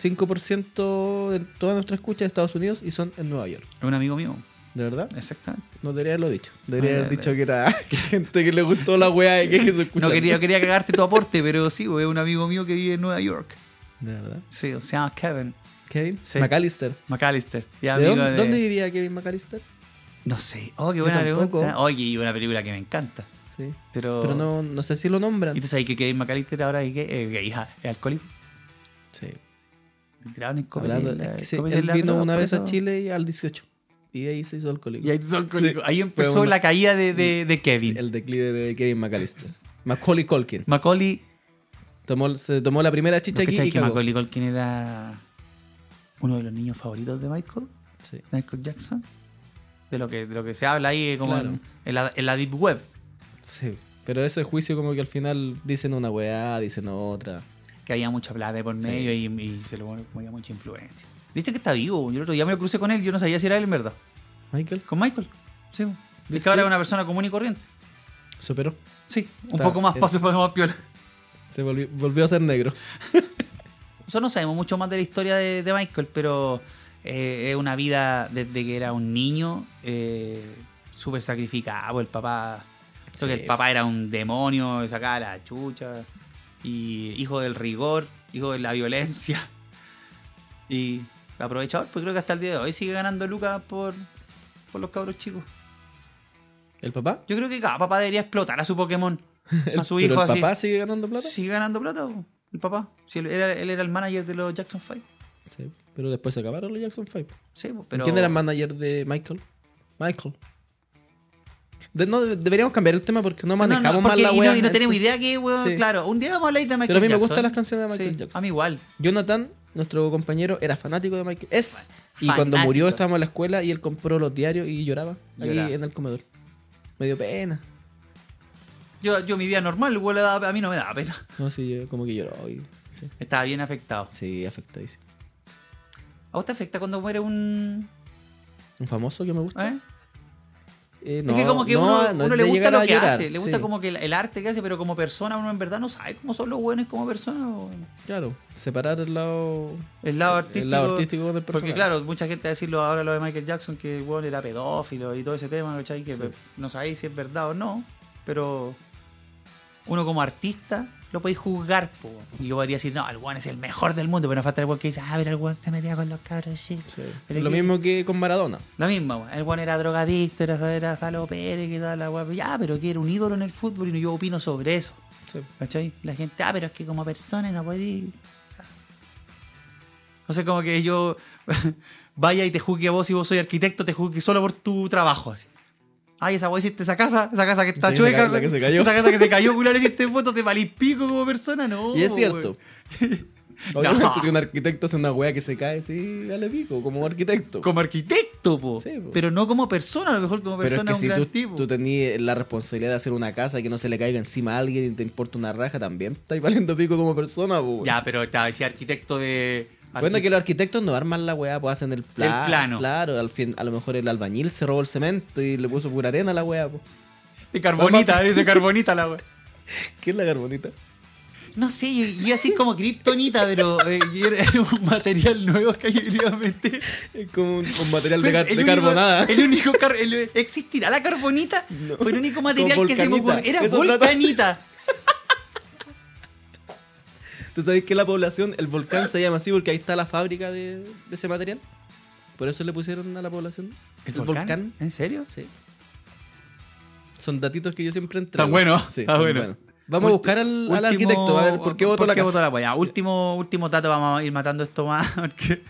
S2: 5% de todas nuestras escuchas de Estados Unidos y son en Nueva York.
S1: Un amigo mío,
S2: ¿De verdad?
S1: exactamente.
S2: No debería haberlo dicho. Debería
S1: Ah,
S2: haber
S1: ya,
S2: dicho que era gente que le gustó la weá y que se escucha.
S1: No quería, quería cagarte tu aporte, pero sí, weón, es un amigo mío que vive en Nueva York.
S2: ¿De verdad?
S1: Sí, se llama Kevin.
S2: ¿Kevin?
S1: Sí.
S2: McAllister.
S1: McAllister. Ya,
S2: ¿De
S1: amigo
S2: dónde,
S1: de-
S2: dónde vivía Kevin McAllister?
S1: No sé. Oh, qué
S2: Yo
S1: buena
S2: tampoco.
S1: pregunta. Oye, y una película que me encanta.
S2: Sí.
S1: Pero,
S2: Pero no, no sé si lo nombran.
S1: Oh. ¿Y tú sabes que Kevin McAllister ahora es gay? Eh, gay, ja, es alcohólico?
S2: Sí.
S1: Tiraron en copete
S2: Hablando,
S1: en la-
S2: es que sí,
S1: copete en
S2: él
S1: la
S2: vino
S1: droga,
S2: una
S1: por
S2: vez a
S1: eso-
S2: Chile y al 18. Y ahí se hizo alcohólico.
S1: Y ahí, son alcohólicos. Ahí empezó
S2: fue una-
S1: la caída de, de, de Kevin.
S2: El declive de Kevin McAllister. Macaulay Culkin.
S1: Macaulay.
S2: Tomó, se tomó la primera
S1: ¿no
S2: chicha aquí
S1: cachai
S2: y
S1: que
S2: cagó.
S1: Macaulay Culkin era uno de los niños favoritos de Michael?
S2: Sí.
S1: Michael Jackson. de lo que, de lo que se habla ahí eh, como
S2: Claro.
S1: en, en la, en la Deep Web.
S2: Sí. Pero ese juicio como que al final dicen una weá, dicen otra.
S1: Que había mucha plata de por
S2: Sí.
S1: medio y, y se le ponía mucha influencia. Dice que está vivo. Yo el otro día me lo crucé con él. Yo no sabía si era él en verdad.
S2: Michael
S1: Con Michael. Sí. Dice
S2: ¿Viste?
S1: que ahora es una persona común y corriente.
S2: superó.
S1: Sí. Un
S2: Está-
S1: poco más
S2: es-
S1: paso, más piola.
S2: Se volvió, volvió a ser negro.
S1: Nosotros no sabemos mucho más de la historia de, de Michael, pero eh, es una vida desde que era un niño eh, súper sacrificado. El papá. Creo que
S2: Sí.
S1: el papá era un demonio, sacaba la chucha. Y hijo del rigor, hijo de la violencia. Y aprovechador, pues creo que hasta el día de hoy sigue ganando lucas por, por los cabros chicos.
S2: ¿El papá?
S1: Yo creo que cada papá debería explotar a su Pokémon.
S2: El,
S1: A su
S2: pero
S1: hijo
S2: el
S1: así.
S2: papá sigue ganando plata?
S1: ¿Sigue ganando plata po, el papá? Si él era, él era el manager de los Jackson 5.
S2: Sí, Pero después se acabaron los Jackson 5.
S1: Sí, po, pero.
S2: ¿Quién era el manager de Michael? Michael. De- no, de- deberíamos cambiar el tema porque no
S1: No, no,
S2: manejamos mal
S1: porque-
S2: la
S1: y no-
S2: wea.
S1: Y no, tenemos idea que, weón.
S2: Sí.
S1: Claro, un día vamos a hablar de Michael
S2: Pero a mí me
S1: Jackson.
S2: gustan las canciones de Michael
S1: Sí,
S2: Jackson.
S1: A mí igual.
S2: Jonathan, nuestro compañero, era fanático de Michael. Es. Y
S1: Fanático.
S2: cuando murió estábamos en la escuela y él compró los diarios y lloraba ahí
S1: Lloraba.
S2: en el comedor. Me dio pena.
S1: Yo, yo mi día normal, weón, le daba- a mí no me daba pena.
S2: No, sí, yo como que lloró y. Sí,
S1: Estaba bien afectado.
S2: sí afectadísimo.
S1: ¿A vos te afecta cuando muere un.
S2: Un famoso que me gusta.
S1: ¿eh?
S2: Eh,
S1: es que como que
S2: no,
S1: uno,
S2: no
S1: uno
S2: es
S1: le
S2: de
S1: gusta
S2: llegar
S1: lo
S2: a
S1: que
S2: llorar,
S1: hace, le gusta
S2: sí.
S1: como que el, el arte que hace, pero como persona uno en verdad no sabe cómo son los buenos como personas. weón.
S2: Claro, separar el lado.
S1: El lado artístico.
S2: El lado artístico del personaje.
S1: Porque claro, mucha gente va a decirlo ahora lo de Michael Jackson, que bueno, era pedófilo y todo ese tema, ¿cachai? Que pues, no sabéis si es verdad o no, pero uno como artista lo podéis juzgar, po. Y yo podría decir, no, el weón es el mejor del mundo, pero no falta el weón que dice, ah, pero el weón se metía con los cabros chicos.
S2: Sí.
S1: Pero
S2: Lo
S1: que-
S2: mismo que con Maradona.
S1: La misma, weón. El weón era drogadicto, era, era falopero y toda la weón. Ya, pero que era un ídolo en el fútbol y no- yo opino sobre eso,
S2: Sí.
S1: ¿cachai? La gente, ah, pero es que como persona no podéis. No sé, como que yo vaya y te juzgue a vos si vos soy arquitecto, te juzgue solo por tu trabajo. Así. Ay, esa vos hiciste esa casa, esa casa que está
S2: Sí,
S1: chueca.
S2: la ca- la que se cayó.
S1: Esa casa que se cayó, culo, le hiciste fotos, te valís pico como persona, no.
S2: Y es cierto.
S1: No.
S2: Obviamente, si un arquitecto hace una wea que se cae, sí, dale pico, como arquitecto.
S1: weón. Como arquitecto, po.
S2: Sí, po.
S1: Pero no como persona, a lo mejor como
S2: Pero es
S1: persona
S2: que
S1: un
S2: si
S1: gran
S2: tú,
S1: tipo.
S2: tú tenías la responsabilidad de hacer una casa y que no se le caiga encima a alguien y te importa una raja, también estás valiendo pico como persona, po, weón.
S1: Ya, pero te decía arquitecto de.
S2: Bueno,
S1: arqui-
S2: que los arquitectos no arman la weá, pues hacen el, plan,
S1: plano.
S2: Claro, al fin, a lo mejor el albañil se robó el cemento y le puso pura arena a la weá, pues.
S1: De carbonita, dice carbonita la wea.
S2: ¿Qué es la carbonita?
S1: No sé, yo, yo así como kriptonita, pero eh, yo era, era un material nuevo que yo quería meter.
S2: Es como un, un material
S1: Fue
S2: de, car- de carbonada.
S1: Único, el único car- el- ¿Existirá la carbonita?
S2: No.
S1: Fue el único material
S2: Con
S1: que se me ocurrió.
S2: volcanita.
S1: Era
S2: Eso trata.
S1: volcanita.
S2: ¿Tú sabes que la población, el volcán se llama así porque ahí está la fábrica de, de ese material? Por eso le pusieron a la población
S1: ¿En serio?
S2: Sí. Son datitos que yo siempre entrego.
S1: Está bueno, está
S2: Sí, están
S1: bueno.
S2: buenos. Vamos a
S1: Ulti-
S2: buscar al, al
S1: último-
S2: arquitecto, a ver por qué votó la casa.
S1: la wea? Último, último dato, vamos a ir matando esto más. Porque,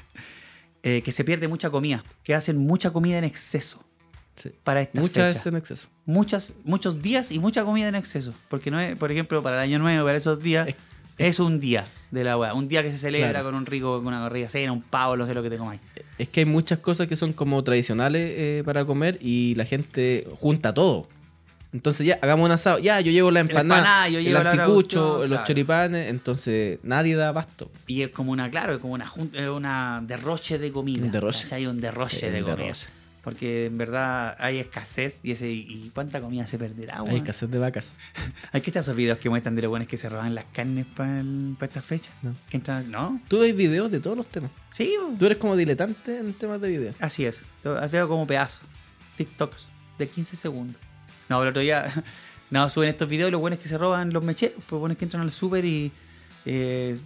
S1: eh, que se pierde mucha comida. Que hacen mucha comida en exceso
S2: Sí.
S1: para esta
S2: Muchas
S1: fecha.
S2: es en exceso.
S1: muchas, muchos días y mucha comida en exceso. Porque no es, por ejemplo, para el año nuevo, para esos días,
S2: Es-
S1: es un día de la weá. Un día que se celebra
S2: Claro.
S1: con un rico, con una rica cena, un pavo, no sé lo que te comáis.
S2: Es que hay muchas cosas que son como tradicionales eh, para comer y la gente junta todo. Entonces ya, hagamos un asado. Ya, yo llevo la empanada,
S1: empanada, yo llevo
S2: el
S1: la otra
S2: anticucho,
S1: cuestión,
S2: los
S1: claro.
S2: choripanes. Entonces nadie da abasto.
S1: Y es como una, claro, es como una, jun- eh, una derroche de comida.
S2: Un derroche.
S1: Hay un derroche
S2: Sí,
S1: de
S2: un
S1: comida.
S2: derroche.
S1: Porque en verdad hay escasez y ese y cuánta comida se perderá.
S2: Hay
S1: weón?
S2: escasez de vacas.
S1: Hay que echar esos videos que muestran de los buenos que se roban las carnes para esta fecha.
S2: No.
S1: Que entran, ¿no?
S2: Tú ves videos de todos los temas.
S1: Sí, weón.
S2: Tú eres como diletante en temas de video.
S1: Así es. Lo veo como pedazos. TikToks de 15 segundos. No, pero el otro día. No, suben estos videos y los buenos que se roban los mecheros. Pues buenos que entran al súper y. eh,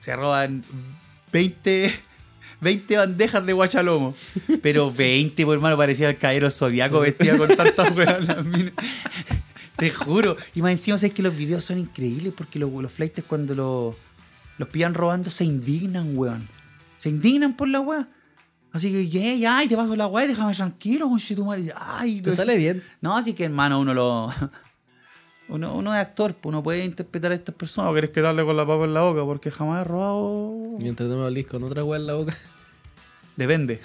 S1: se roban 20. 20 bandejas de guachalomo. Pero 20, por hermano, parecía el caero zodiaco vestido con tantas weas en las minas. Te juro. Y más encima, ¿sabes que los videos son increíbles? Porque los, los flightes cuando los, los pillan robando se indignan, weón. Se indignan por la wea. Así que, yeah, ya, y te paso la wea y déjame tranquilo, conchetumare. Ay,
S2: Te
S1: weón.
S2: sale bien.
S1: No, así que hermano, uno lo. Uno, uno es actor, pues, uno puede interpretar a estas personas. O querés quedarle con la papa en la boca, porque jamás he robado.
S2: Mientras no me hablís con otra weá en la boca.
S1: Depende.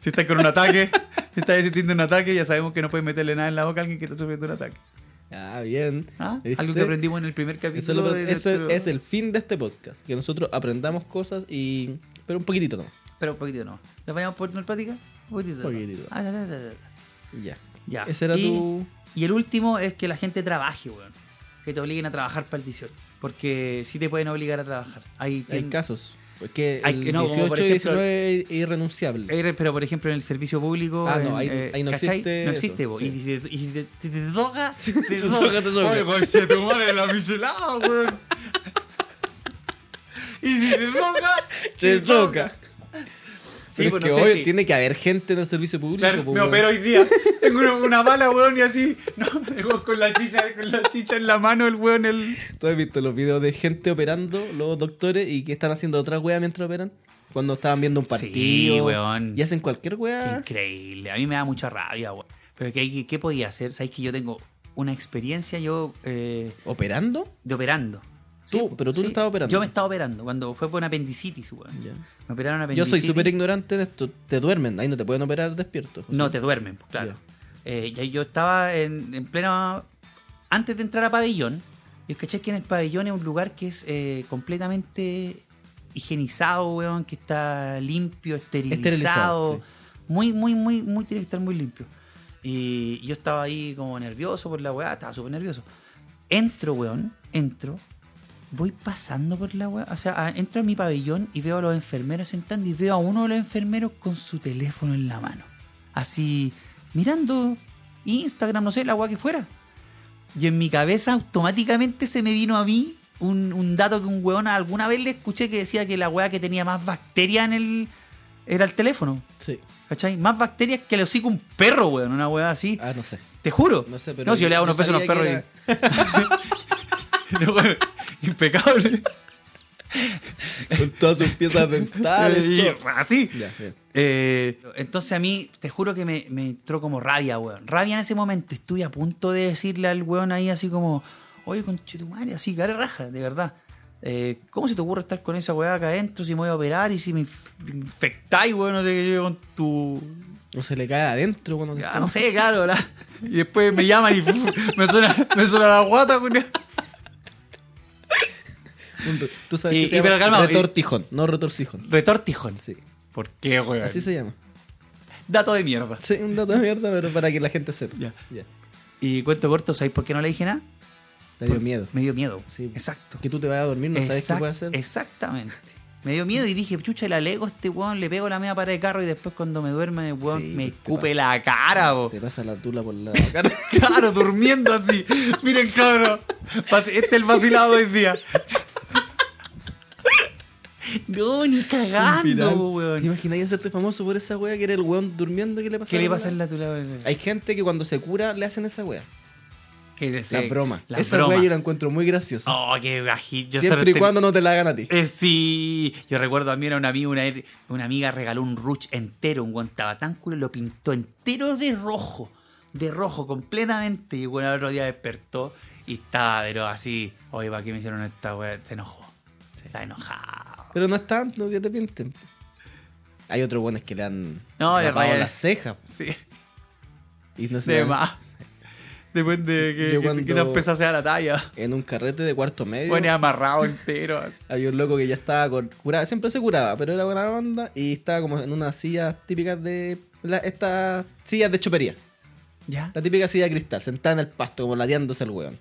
S1: si estás con un ataque, Está existiendo un ataque, ya sabemos que no puedes meterle nada en la boca a alguien que está sufriendo un ataque.
S2: Ah, bien.
S1: ¿Ah?
S2: ¿Viste?
S1: Algo que aprendimos en el primer
S2: Eso
S1: capítulo.
S2: lo-
S1: de
S2: eso
S1: nuestro-
S2: es el fin de este podcast. Que nosotros aprendamos cosas y. Pero un poquitito nomás.
S1: Pero un poquitito no. ¿La vayamos por en práctica? Un poquitito. nomás.
S2: Poquitito.
S1: Ah, da, da, da, da.
S2: Ya.
S1: Ya.
S2: Ese era
S1: y,
S2: tu.
S1: y el último es que la gente trabaje, weón. Que te obliguen a trabajar para el 18. Porque sí te pueden obligar a trabajar. Hay,
S2: Hay
S1: tien-
S2: casos. Porque
S1: Hay
S2: el
S1: que- no, como
S2: 18
S1: por
S2: y
S1: ejemplo-
S2: 19 es irrenunciable.
S1: Eh, Pero por ejemplo en el servicio público.
S2: Ah, no,
S1: en,
S2: ahí-
S1: eh,
S2: ahí no
S1: ¿cachai?
S2: existe
S1: No
S2: eso,
S1: existe, po.
S2: sí.
S1: Y si te, y si te, te- te toca, te
S2: Te
S1: toca.
S2: toca, te toca.
S1: Oye, pues se te muere la michelada, weón. Y si te toca,
S2: Te toca.
S1: Sí,
S2: Pero
S1: pues
S2: es
S1: no
S2: que
S1: sé
S2: hoy
S1: si-
S2: tiene que haber gente en el servicio público.
S1: Claro,
S2: po,
S1: me
S2: weón.
S1: opero hoy día. Tengo una, una bala, weón, y así. No, el weón con la chicha, con la chicha en la mano, el weón, el.
S2: ¿Tú has visto los videos de gente operando, los doctores, y que están haciendo otra wea mientras operan? Cuando estaban viendo un partido.
S1: weón.
S2: Y hacen cualquier wea.
S1: Increíble. A mí me da mucha rabia, weón. Pero ¿qué, qué podía hacer? Sabéis que yo tengo una experiencia yo eh,
S2: ¿Operando?
S1: de operando.
S2: Tú, pero tú te estabas operando.
S1: Yo me estaba operando cuando fue por una apendicitis, weón.
S2: Ya.
S1: Me operaron
S2: Yo
S1: apendicitis.
S2: soy súper ignorante de esto. Te duermen, ahí no te pueden operar despierto. José.
S1: No, te duermen, pues, claro. Eh, ya yo estaba en, en pleno. Antes de entrar a pabellón, yo caché que en el pabellón es un lugar que es eh, completamente higienizado, weón, que está limpio, esterilizado.
S2: Esterilizado, sí.
S1: Muy, muy, muy, muy, tiene que estar muy limpio. Y yo estaba ahí como nervioso por la weá, estaba súper nervioso. Entro, weón, entro, voy pasando por la weá, o sea, a- entro a mi pabellón y veo a los enfermeros sentando y veo a uno de los enfermeros con su teléfono en la mano. Así, mirando Instagram, no sé, la weá que fuera. Y en mi cabeza automáticamente se me vino a mí un, un dato que un weón alguna vez le escuché que decía que la weá que tenía más bacterias en el... era el teléfono.
S2: Sí.
S1: ¿Cachai? Más bacterias que le hocico un perro, weón. Una weá así.
S2: Ah, no sé.
S1: Te juro.
S2: No sé, pero.
S1: No, si yo le hago unos besos a
S2: sabía
S1: los perros. y-
S2: que era-
S1: No, weón, impecable.
S2: Con todas sus piezas
S1: Y-
S2: dentales. todo.
S1: así.
S2: ya, bien.
S1: Eh, entonces a mí, te juro que me, me entró como rabia, weón. Rabia en ese momento. Estuve a punto de decirle al weón ahí así como, oye, conchetumare, así, cara raja, de verdad. Eh, ¿Cómo se te ocurre estar con esa weá acá adentro si me voy a operar y si me inf- infectáis, weón, no sé qué, yo con tu
S2: O se le cae adentro cuando te
S1: Ya,
S2: están-
S1: no sé, claro. la- Y después me llaman y ¡fuf! me, suena, me suena la guata. culiao.
S2: Un re- Tú sabes
S1: Y-
S2: que se
S1: y
S2: llama
S1: pero calmado, y-
S2: retortijón, no retorcijón.
S1: Retortijón.
S2: Sí.
S1: ¿Por qué, weón?
S2: Así se llama.
S1: Dato de mierda.
S2: Sí, un dato de mierda, pero para que la gente sepa.
S1: Ya.
S2: Ya.
S1: Y cuento corto, ¿sabéis por qué no le dije nada?
S2: Te dio
S1: Por-
S2: miedo.
S1: Me dio miedo.
S2: Sí.
S1: Exacto.
S2: Que tú te vayas a dormir, no sabes qué
S1: Exact-
S2: puede hacer.
S1: Exactamente. Me dio miedo y dije, chucha, la lego a este weón, le pego la media para el carro y después cuando me duerme, weón,
S2: Sí,
S1: me
S2: te
S1: escupe
S2: pasa.
S1: la cara, bo.
S2: Te pasa la tula por la cara.
S1: Claro, durmiendo así. Miren, cabrón. Vaci- Este es el vacilado de hoy día. No, ni cagando,
S2: Viral.
S1: bo,
S2: ¿Te
S1: weón.
S2: imaginas hacerte famoso por esa wea que era el weón durmiendo que le pasa
S1: ¿Qué le pasa en la tula?
S2: Hay gente que cuando se cura le hacen esa wea.
S1: Que
S2: La
S1: se-
S2: broma.
S1: La
S2: esa
S1: broma.
S2: wea yo la encuentro muy graciosa.
S1: Oh, qué bajito. Yo
S2: Siempre
S1: solo
S2: y
S1: te-
S2: cuando no te la hagan a ti.
S1: Eh, sí, yo recuerdo también a un amigo, una, vez, una amiga regaló un ruch entero, un guantabatánculo, y lo pintó entero de rojo, de rojo completamente. Y bueno, el otro día despertó y estaba, pero así, oye, ¿para qué me hicieron esta weá? Se enojó. Se está enojado.
S2: Pero no es tanto que te pinten. Hay otros buenos que le han
S1: No, le
S2: rapado
S1: rayan.
S2: las cejas.
S1: Sí,
S2: Y no se
S1: de
S2: dan-
S1: más. Depende de que,
S2: Yo
S1: que- que
S2: cuando-
S1: tan pesada sea la talla.
S2: En un carrete de cuarto medio.
S1: Pone amarrado entero. así.
S2: Había un loco que ya estaba con, curado, siempre se curaba, pero era buena onda y estaba como en unas sillas típicas de. la- Estas sillas de chopería.
S1: ¿Ya?
S2: La típica silla de cristal, sentada en el pasto, como ladeándose el hueón.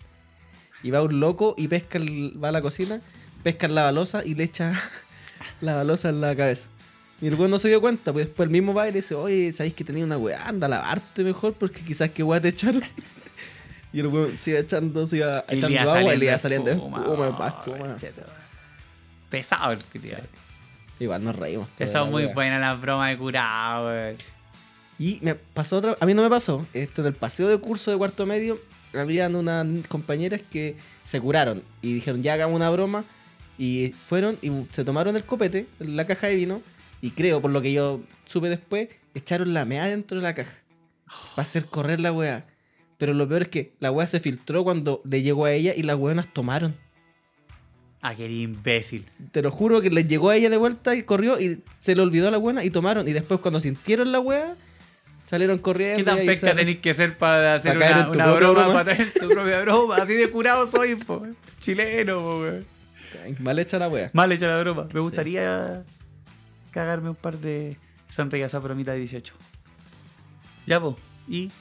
S2: Y va un loco y pesca, el- va a la cocina, pesca la balosa y le echa la balosa en la cabeza. Y el hueón no se dio cuenta, pues después el mismo va y le dice: Oye, sabéis que tenía una hueá, anda a lavarte mejor porque quizás que hueá te echaron. Y el hueón se iba echando, se iba
S1: Y le
S2: echando
S1: iba
S2: agua y le iba
S1: saliendo
S2: saliendo ¿eh? espuma, espuma,
S1: oh,
S2: espuma.
S1: cheto. Pesado el criado.
S2: Igual nos reímos. toda
S1: Esa
S2: la
S1: es muy
S2: wea.
S1: buena la broma de curado, weón.
S2: Y me pasó otra. A mí no me pasó. Esto en el paseo de curso de cuarto medio. Habían unas compañeras que se curaron y dijeron, ya hagamos una broma. Y fueron y se tomaron el copete, la caja de vino. Y creo, por lo que yo supe después, echaron la mea dentro de la caja. Para hacer correr la weá. Pero lo peor es que la weá se filtró cuando le llegó a ella y las weonas tomaron.
S1: Ah, qué imbécil.
S2: Te lo juro que les llegó a ella de vuelta y corrió y se le olvidó la buena y tomaron. Y después cuando sintieron la wea, Salieron corriendo.
S1: ¿Qué tan
S2: y ahí
S1: pesca
S2: sal-
S1: tenéis que ser para hacer
S2: caer en
S1: una,
S2: tu
S1: una
S2: propia
S1: broma,
S2: broma?
S1: para traer tu propia broma? Así de curado soy, po. Chileno, po, weón.
S2: Mal hecha la wea.
S1: Mal hecha la broma. Me gustaría cagarme un par de sonrisas a bromita de 18. Ya, po. Y.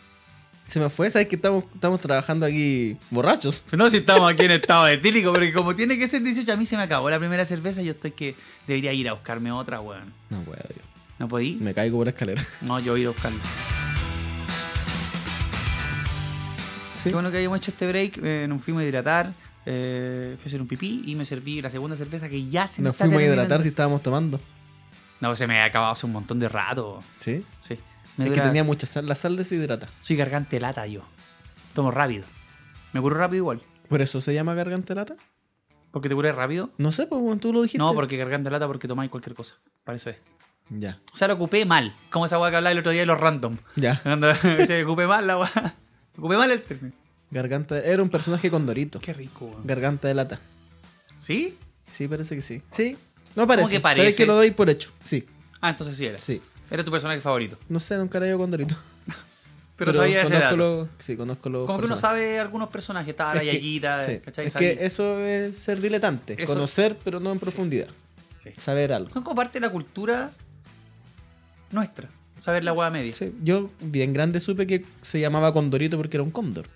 S2: Se me fue, sabes que estamos, estamos trabajando aquí borrachos.
S1: No, si estamos aquí en estado etílico, porque como tiene que ser 18, a mí se me acabó la primera cerveza. Yo estoy que debería ir a buscarme otra, weón.
S2: No puedo, yo.
S1: ¿No podí?
S2: Me caigo por la escalera.
S1: No, yo voy a ir a buscarlo.
S2: Sí.
S1: Qué bueno que hayamos hecho este break. eh, nos fuimos a hidratar. eh, fui a hacer un pipí y me serví la segunda cerveza que ya se me
S2: Nos
S1: está
S2: fuimos a
S1: terminando.
S2: hidratar si estábamos tomando.
S1: No, se me ha acabado hace un montón de rato.
S2: Sí.
S1: Sí. Me
S2: Es que
S1: dura-
S2: tenía mucha sal. La sal deshidrata.
S1: Soy gargante lata yo. Tomo rápido. Me curo rápido igual.
S2: ¿Por eso se llama garganta lata?
S1: ¿Porque te curé rápido?
S2: No sé, pues bueno, tú lo dijiste.
S1: No, porque garganta lata porque tomáis cualquier cosa. Para eso es.
S2: Ya,
S1: O sea, lo ocupé mal. Como esa weá que hablaba el otro día de los random.
S2: ya.
S1: Cuando che, ocupé mal la weá. Ocupé mal el término.
S2: Garganta. Era un personaje con Dorito.
S1: Qué rico, weón.
S2: Garganta de lata.
S1: ¿Sí?
S2: Sí, parece que sí. Sí. No parece.
S1: que parece?
S2: Sabes que lo doy por hecho. Sí,
S1: Ah, entonces sí era.
S2: sí.
S1: Era tu personaje favorito. Pero,
S2: No sé, nunca la he ido con Dorito.
S1: sabía ese
S2: conozco
S1: dato.
S2: los- Sí, conozco los.
S1: Como que uno
S2: personajes.
S1: sabe algunos personajes, está la
S2: Es que-
S1: Yayita,
S2: sí.
S1: ¿cachai?
S2: Es
S1: Sabí.
S2: que eso es ser diletante.
S1: Eso-
S2: Conocer, pero no en profundidad.
S1: Sí.
S2: Saber algo.
S1: Son como parte de la cultura nuestra. Saber la hueá media.
S2: Sí, Yo bien grande supe que se llamaba Condorito porque era un cóndor.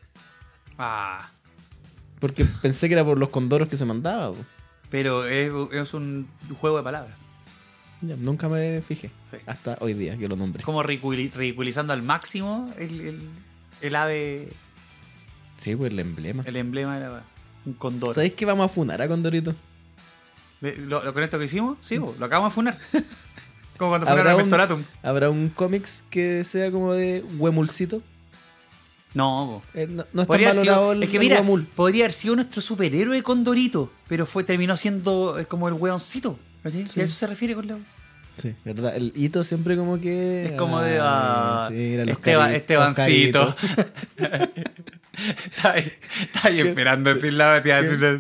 S1: Ah.
S2: Porque pensé que era por los condoros que se mandaba. po.
S1: Pero es, es un juego de palabras.
S2: Ya, nunca me fijé.
S1: Sí.
S2: Hasta hoy día que lo nombré.
S1: Como ridiculi- ridiculizando al máximo el, el- el ave,
S2: Sí, pues el emblema.
S1: el emblema de la hueá. Un condor.
S2: ¿Sabéis que vamos a funar a Condorito?
S1: De- lo, lo- con esto que hicimos, sí, bo, lo acabamos de funar. Como cuando
S2: ¿Habrá
S1: funaron a
S2: un-
S1: Pestolatum.
S2: ¿Habrá un cómics que sea como de huemulcito?
S1: No, bo.
S2: Eh, no, no está
S1: Podría haber sido-
S2: valorado el,
S1: es que
S2: el
S1: mira,
S2: huemul.
S1: podría haber sido nuestro superhéroe Condorito, pero fue terminó siendo eh, como el weoncito. ¿cachai?
S2: Sí.
S1: Si a eso se refiere con la.
S2: Sí, verdad. El hito siempre como que...
S1: Es como de.
S2: Ah,
S1: ah,
S2: sí, mira, los
S1: Esteba-
S2: cari-
S1: Estebancito.
S2: los
S1: Está ahí, está ahí esperando decir la batida.
S2: ¿Quién fue?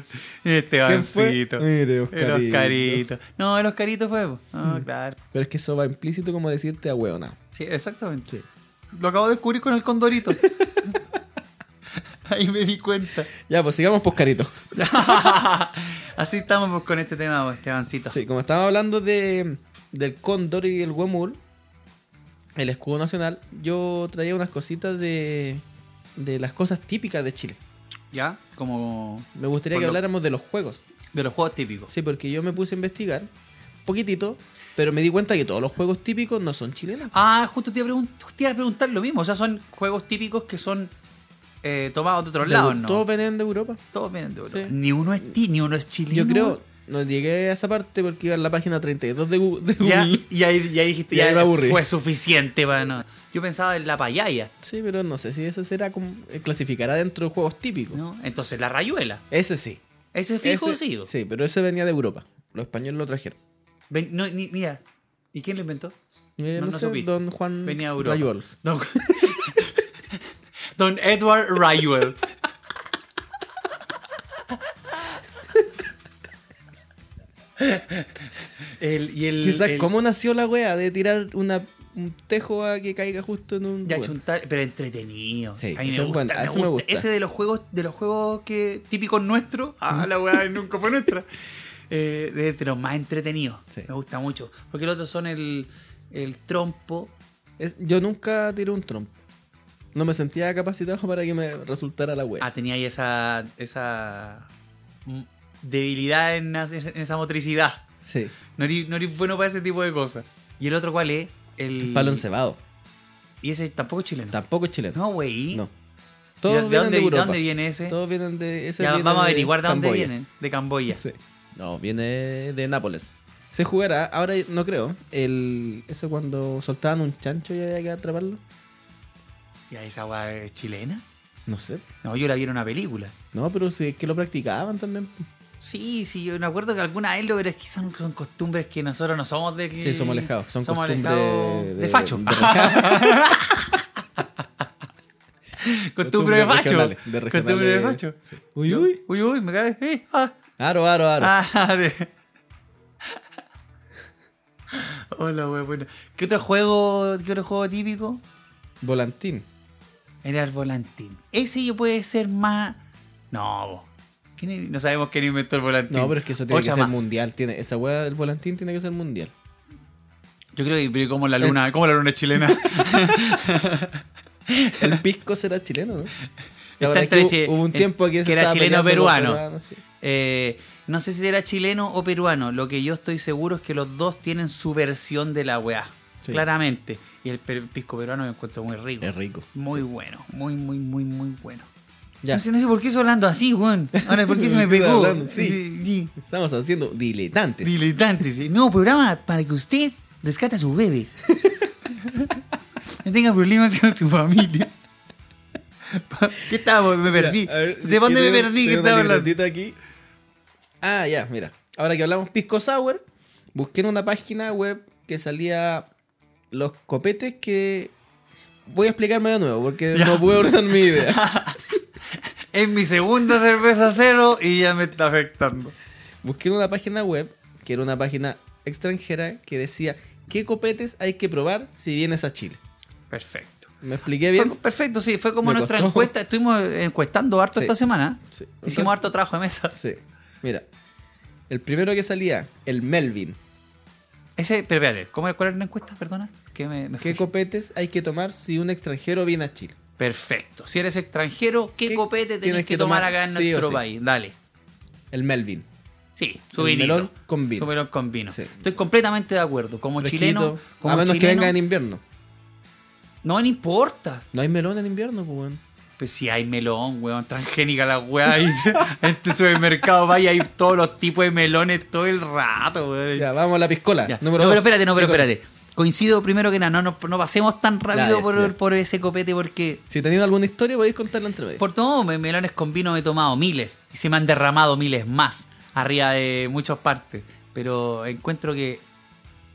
S2: Eh,
S1: Estebancito.
S2: Mire,
S1: El
S2: Oscarito.
S1: Oscarito. No, el Oscarito fue. bo. Ah,
S2: Mm.
S1: claro.
S2: Pero es que eso va implícito como decirte a hueona.
S1: Sí, exactamente.
S2: Sí.
S1: Lo acabo de descubrir con el Condorito. Ahí me di cuenta.
S2: Ya, pues sigamos poscarito.
S1: Así estamos pues, con este tema, pues, Estebancito.
S2: Sí, como estaba hablando de, del cóndor y el huemul, el escudo nacional, yo traía unas cositas de, de las cosas típicas de Chile.
S1: ¿Ya? Como
S2: Me gustaría
S1: Por
S2: que
S1: lo-
S2: habláramos de los juegos.
S1: de los juegos típicos.
S2: Sí, porque yo me puse a investigar, poquitito, pero me di cuenta que todos los juegos típicos no son chilenos.
S1: Ah, justo te iba, a pregun- te iba a preguntar lo mismo. O sea, son juegos típicos que son eh, tomados de otros
S2: De-
S1: lados, ¿no?
S2: Todos venían de Europa.
S1: Todos vienen de Europa.
S2: Sí.
S1: Ni uno es ti, ni uno es chileno.
S2: Yo creo, no llegué a esa parte porque iba en la página 32 de Gu- de Google.
S1: Ya, y ahí, y ahí dijiste,
S2: Y ahí
S1: ya
S2: me aburrí.
S1: fue suficiente para no. Yo pensaba en la payaya,
S2: Sí, pero no sé si eso será como, eh, clasificará dentro de juegos típicos.
S1: ¿no? Entonces la rayuela.
S2: Ese sí.
S1: Ese fijo
S2: Ese-
S1: sí. bo.
S2: Sí, pero ese venía de Europa. Los españoles lo trajeron.
S1: Ven- no, ni- mira, ¿y quién lo inventó?
S2: Eh,
S1: No,
S2: no,
S1: no
S2: sé,
S1: supiste.
S2: don Juan
S1: Venía de Europa.
S2: Rayuelos.
S1: Don, Don Edward Rayuel. El, y el,
S2: Quizás,
S1: el-
S2: ¿cómo nació la wea de tirar una, un tejo a que caiga justo en un.
S1: Ya
S2: lugar?
S1: chuntar, pero entretenido.
S2: Sí,
S1: a mí
S2: eso
S1: me gusta,
S2: es bueno,
S1: me
S2: eso me
S1: gusta.
S2: gusta.
S1: Ese de los juegos, de los juegos que típicos nuestros. Ah, la weá nunca fue nuestra. Eh, de, de los más entretenidos.
S2: Sí.
S1: Me gusta mucho. Porque los otros son el, el trompo.
S2: Es- yo nunca tiré un trompo. No me sentía capacitado para que me resultara la wea.
S1: Ah, tenía ahí esa, esa mm, debilidad en, as- en esa motricidad.
S2: Sí.
S1: No eres, no eres bueno para ese tipo de cosas. ¿Y el otro cuál es? El,
S2: Palo encebado.
S1: Y ese tampoco es chileno.
S2: Tampoco es chileno.
S1: no, güey.
S2: No.
S1: ¿Y
S2: Todos
S1: ¿De,
S2: vienen
S1: dónde,
S2: de
S1: de
S2: Europa.
S1: dónde viene ese?
S2: Todos vienen de. ese
S1: Ya,
S2: viene
S1: vamos a
S2: de
S1: averiguar de dónde
S2: Camboya.
S1: vienen. De Camboya.
S2: Sí. No, viene de Nápoles. Se jugará, ahora no creo, el eso cuando soltaban un chancho y había que atraparlo.
S1: ¿Ya esa weá es chilena?
S2: No sé.
S1: No, yo la vi en una película.
S2: No, pero sí es que lo practicaban también.
S1: Sí, sí, yo me acuerdo que alguna vez lo, pero es que son, son costumbres que nosotros no somos de.
S2: Sí, somos alejados. Son
S1: somos
S2: costumbres
S1: alejados de,
S2: de-
S1: facho.
S2: de-
S1: Costumbre de
S2: costumbres
S1: facho.
S2: regionales, de regionales.
S1: Costumbre de facho.
S2: Sí. Uy, uy.
S1: Uy, uy, me cae. Eh, ah.
S2: Aro, aro, aro.
S1: Ah, de- Hola, wey, bueno. ¿Qué otro juego, qué otro juego típico?
S2: Volantín.
S1: Era el volantín. Ese yo puede ser más. No, bo. ¿Quién es? no sabemos quién inventó el volantín.
S2: No, pero es que eso tiene
S1: Ocha
S2: que ser
S1: más.
S2: mundial. Tiene, esa weá del volantín tiene que ser mundial.
S1: Yo creo que pero como la
S2: Eh.
S1: luna, como la luna es chilena.
S2: El pisco será chileno, ¿no? La
S1: Está
S2: verdad
S1: entre
S2: es
S1: chi-
S2: que hubo, hubo un
S1: en-
S2: tiempo que, se
S1: que era
S2: estaba
S1: chileno
S2: peleando con
S1: peruano.
S2: peruanos, sí.
S1: Eh, no sé si era chileno o peruano. Lo que yo estoy seguro es que los dos tienen su versión de la weá.
S2: Sí.
S1: Claramente. Y el per- pisco peruano me encuentro muy rico.
S2: Es rico.
S1: Muy bueno. Muy, muy, muy, muy bueno.
S2: Ya.
S1: No, sé, no sé por qué estoy hablando así, weón. Ahora, ¿por qué se me
S2: Estoy
S1: pegó?
S2: hablando, sí.
S1: sí.
S2: Estamos haciendo diletantes.
S1: Diletantes. sí. Nuevo programa para que usted rescate a su bebé. No tenga problemas con su familia. ¿Qué estaba? Me perdí.
S2: Ya, a ver,
S1: ¿De dónde me
S2: tengo-
S1: perdí? ¿Qué
S2: tengo una
S1: estaba hablando?
S2: libretita aquí. Ah, ya, mira. Ahora que hablamos Pisco Sour, busqué en una página web que salía los copetes que... Voy a explicarme de nuevo porque
S1: Ya.
S2: no puedo ordenar mi idea.
S1: Es mi segunda cerveza cero y ya me está afectando.
S2: Busqué en una página web, que era una página extranjera, que decía qué copetes hay que probar si vienes a Chile.
S1: Perfecto.
S2: ¿Me expliqué bien?
S1: Fue perfecto, sí. Fue como
S2: Me
S1: nuestra
S2: costó.
S1: encuesta. Estuvimos encuestando harto
S2: Sí.
S1: esta semana.
S2: Sí.
S1: Hicimos harto trabajo de mesa.
S2: Sí. Mira. El primero que salía, el Melvin.
S1: Ese, pero espérate, ¿cómo, ¿cuál era la encuesta? Perdona. Que me, me
S2: ¿Qué
S1: fui.
S2: copetes hay que tomar si un extranjero viene a Chile?
S1: Perfecto. Si eres extranjero, ¿qué,
S2: ¿Qué
S1: copete tenés
S2: tienes
S1: que
S2: que
S1: tomar,
S2: tomar
S1: acá en
S2: sí o
S1: nuestro
S2: sí?
S1: país? Dale.
S2: El Melvin.
S1: Sí, su
S2: El
S1: vinito.
S2: melón con vino.
S1: Su melón con vino.
S2: Sí.
S1: Estoy completamente de acuerdo. Como
S2: Fresquito.
S1: chileno. Como
S2: a menos que
S1: chileno-
S2: venga en invierno.
S1: No, no importa.
S2: No hay melón en invierno, pues, weón.
S1: Pues si hay melón, weón, transgénica la weá. Y en este supermercado vaya a ir todos los tipos de melones todo el rato, weón.
S2: Ya, vamos a la piscola.
S1: Ya.
S2: Número
S1: no,
S2: dos.
S1: pero espérate, no, pero
S2: ¿Qué cosa?
S1: espérate. Coincido primero que nada, no, no, no pasemos tan rápido
S2: ya,
S1: por,
S2: ya.
S1: por ese copete porque.
S2: Si tenéis alguna historia, podéis contarla entre medio.
S1: Por todo, me- melones con vino me he tomado miles y se me han derramado miles más arriba de muchas partes. Pero encuentro que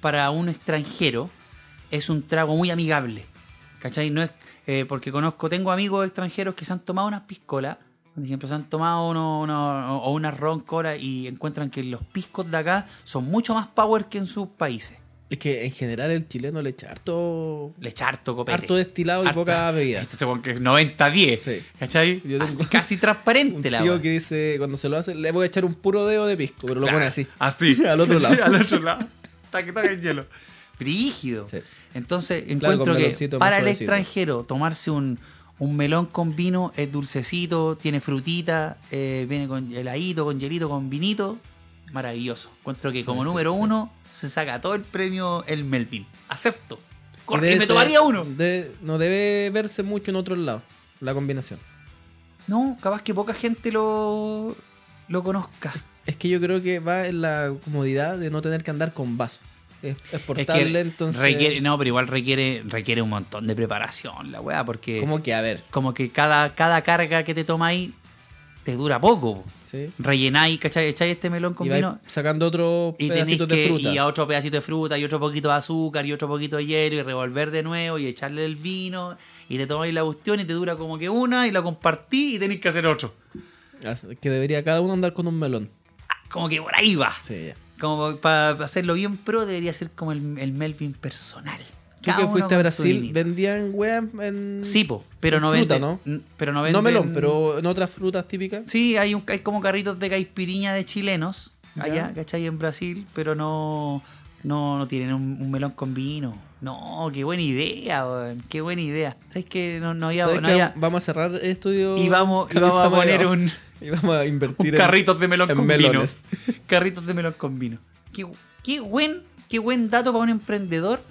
S1: para un extranjero es un trago muy amigable. ¿Cachai? No es eh, porque conozco, tengo amigos extranjeros que se han tomado unas piscolas, por ejemplo, se han tomado uno, uno- o una roncola y encuentran que los piscos de acá son mucho más power que en sus países.
S2: Es que en general el chileno le echa harto,
S1: Le echa harto copete.
S2: harto destilado y
S1: Harto-
S2: poca bebida.
S1: Este se pone que es 90-10.
S2: Sí.
S1: ¿Cachai?
S2: Yo tengo-
S1: Así, casi transparente
S2: Un
S1: la
S2: tío
S1: weá.
S2: que dice, cuando se lo hace, le voy a echar un puro dedo de pisco, pero lo
S1: Claro, Ah.
S2: pone así.
S1: Así.
S2: Al otro lado.
S1: al otro lado. Hasta que toque el hielo. Brígido.
S2: Sí.
S1: Entonces,
S2: con
S1: encuentro que
S2: meloncito más
S1: para el
S2: suavecito.
S1: extranjero tomarse un, un melón con vino es dulcecito, tiene frutita, eh, viene con heladito, con hielito, con vinito. Maravilloso. Encuentro que como
S2: Sí, sí,
S1: número
S2: sí.
S1: uno se saca todo el premio el Melvin. Acepto. Corre,
S2: Debe
S1: y me
S2: ser-
S1: tomaría uno.
S2: de- no debe verse mucho en otros lados, la combinación.
S1: No, capaz que poca gente lo, lo conozca.
S2: Es que yo creo que va en la comodidad de no tener que andar con vaso. Es, es
S1: Es
S2: portable, entonces...
S1: requiere, no, pero igual requiere, requiere un montón de preparación la weá, porque
S2: Como que, a ver,
S1: como que cada, cada carga que te tomáis te dura poco.
S2: ¿sí?
S1: Rellenáis, ¿cachai? Echáis este melón con
S2: Y vais
S1: vino
S2: sacando otro
S1: y tenéis
S2: pedacito
S1: que
S2: de fruta.
S1: y a otro pedacito de fruta y otro poquito de azúcar y otro poquito de hielo y revolver de nuevo y echarle el vino y te tomáis la cuestión y te dura como que una y la compartí y tenéis que hacer otro.
S2: Así Ah, Que debería cada uno andar con un melón.
S1: Como que por ahí va.
S2: Sí, ya.
S1: Como para hacerlo bien pro debería ser como el, el Melvin personal.
S2: Tú
S1: Cada
S2: que
S1: uno
S2: fuiste a
S1: con su
S2: Brasil,
S1: vinito.
S2: vendían weas en...
S1: Sí, po, pero no
S2: Fruta,
S1: venden.
S2: ¿no?
S1: n- Pero no
S2: no,
S1: venden.
S2: melón, pero en otras frutas típicas.
S1: Sí, hay, un, hay como carritos de caipiriña de chilenos allá,
S2: Ya.
S1: ¿cachai? En Brasil, pero no, no, no tienen un, un melón con vino. No, qué buena idea, weón, qué buena idea. ¿Sabes que no, no había...
S2: ¿Sabes
S1: no
S2: qué?
S1: había-
S2: Vamos a cerrar el estudio.
S1: y vamos, y vamos a
S2: Cabeza
S1: poner
S2: Maya.
S1: un,
S2: Y vamos a
S1: un
S2: invertir en-
S1: carritos de melón
S2: en
S1: con
S2: melones.
S1: vino. Carritos de melón con vino. Qué, qué buen, qué buen dato para un emprendedor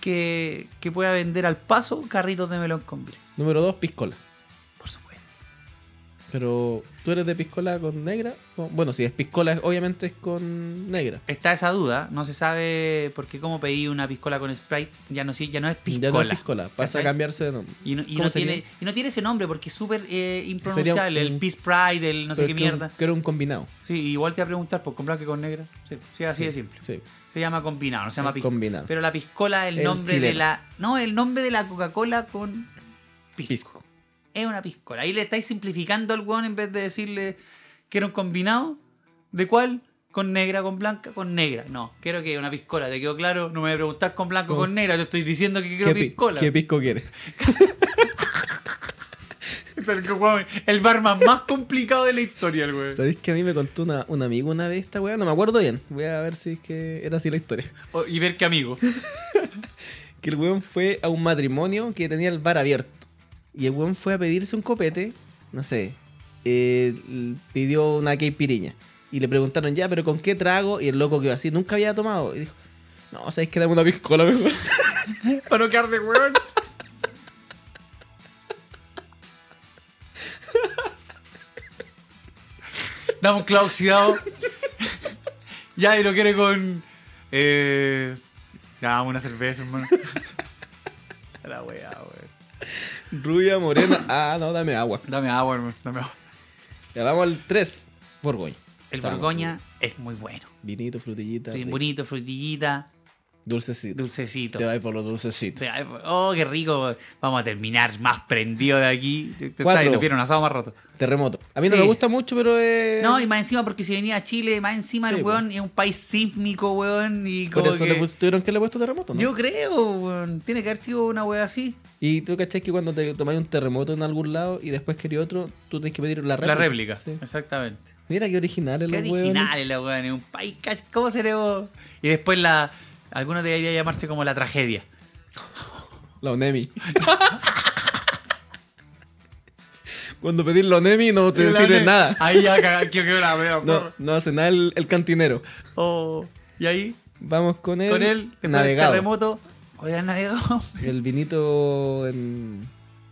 S1: que, que pueda vender al paso carritos de melón con vino.
S2: Número 2, piscola.
S1: Por supuesto.
S2: Pero, ¿tú eres de piscola con negra? O- Bueno, si es piscola, obviamente es con negra.
S1: Está esa duda, no se sabe por qué como pedí una piscola con Sprite, ya no, sí- ya no es
S2: Ya no es
S1: piscola.
S2: piscola, pasa
S1: ¿Cachai?
S2: a cambiarse de nombre.
S1: Y no, y
S2: ¿Cómo
S1: no
S2: sería?
S1: tiene, y no tiene ese nombre porque es súper eh,
S2: Sería
S1: impronunciable,
S2: un-
S1: el Peace Pride, el no sé
S2: Pero
S1: qué
S2: es que un-
S1: mierda.
S2: Que era un combinado.
S1: Sí, igual te va a preguntar por comprar que con negra. Sí, sí, así de simple.
S2: Sí.
S1: Se llama combinado, no se llama
S2: Es
S1: piscola.
S2: combinado.
S1: Pero la piscola es el,
S2: El
S1: nombre de
S2: chileno.
S1: la... No, el nombre de la Coca-Cola con pisco.
S2: Pisco.
S1: Es una piscola. Ahí le estáis simplificando al weón en vez de decirle que era un combinado. ¿De cuál? con negra, con blanca, con negra. No, quiero que una piscola, ¿te quedó claro? No me voy a preguntar con blanco,
S2: Con-
S1: con negra, te estoy diciendo que quiero
S2: pi-
S1: piscola.
S2: Oh. ¿Qué pisco quieres?
S1: Es el, que, weón, el barman más complicado de la historia, el weón.
S2: ¿Sabéis que a mí me contó una, un amigo una vez esta weá? No me acuerdo bien. Voy a ver si es que era así la historia.
S1: O- Y ver qué amigo.
S2: que el weón fue a un matrimonio que tenía el bar abierto. Y el weón fue a pedirse un copete, no sé, eh, l- pidió una caipiriña. Y le preguntaron, ya, pero ¿con qué trago? Y el loco quedó así, nunca había tomado. Y dijo, no, ¿sabes que Dame una piscola mejor.
S1: Para no quedar de weón. Dame un clavo oxidado. ya, y lo quiere con. Eh. Ya, vamos, una cerveza, hermano. A la weá, weón.
S2: Rubia, morena, ah, no, dame agua.
S1: Dame agua, hermano. Dame agua.
S2: Ya vamos al 3, Borgoña.
S1: El
S2: Vamos.
S1: Borgoña es muy bueno.
S2: Vinito, frutillita,
S1: Bien
S2: rico.
S1: bonito, frutillita,
S2: dulcecito.
S1: dulcecito.
S2: Te vas por los dulcecitos.
S1: Te va- Oh, qué rico. Vamos a terminar más prendido de aquí. Te-
S2: Cuatro.
S1: ¿Sabes? Nos vieron asado más roto.
S2: Terremoto. A mí no
S1: Sí.
S2: me gusta mucho, pero es...
S1: No, y más encima, porque si venía a Chile, más encima
S2: Sí,
S1: el weón es un país sísmico, weón. Y
S2: por
S1: como
S2: eso
S1: que-
S2: le pus- tuvieron que le he puesto terremoto, ¿no?
S1: Yo creo, weón. Tiene que haber sido una weá así.
S2: Y tú cachás que cuando te tomáis un terremoto en algún lado y después quería otro, tú tenés que pedir la réplica.
S1: La réplica.
S2: Sí.
S1: Exactamente.
S2: Mira qué original es
S1: Qué
S2: la
S1: original es la weón. Es un país. cach- ¿Cómo se le vos? Y después la. Algunos debería llamarse como la tragedia.
S2: La Onemi. cuando pedís la Onemi no te
S1: La- Ah,
S2: sirve nada.
S1: Ahí ya cagá- que que la wea,
S2: No,
S1: zorra.
S2: no hace nada el, el cantinero.
S1: Oh, y ahí,
S2: Vamos con él.
S1: con él, después del
S2: navegado.
S1: terremoto. Oigan, navegado.
S2: El vinito en,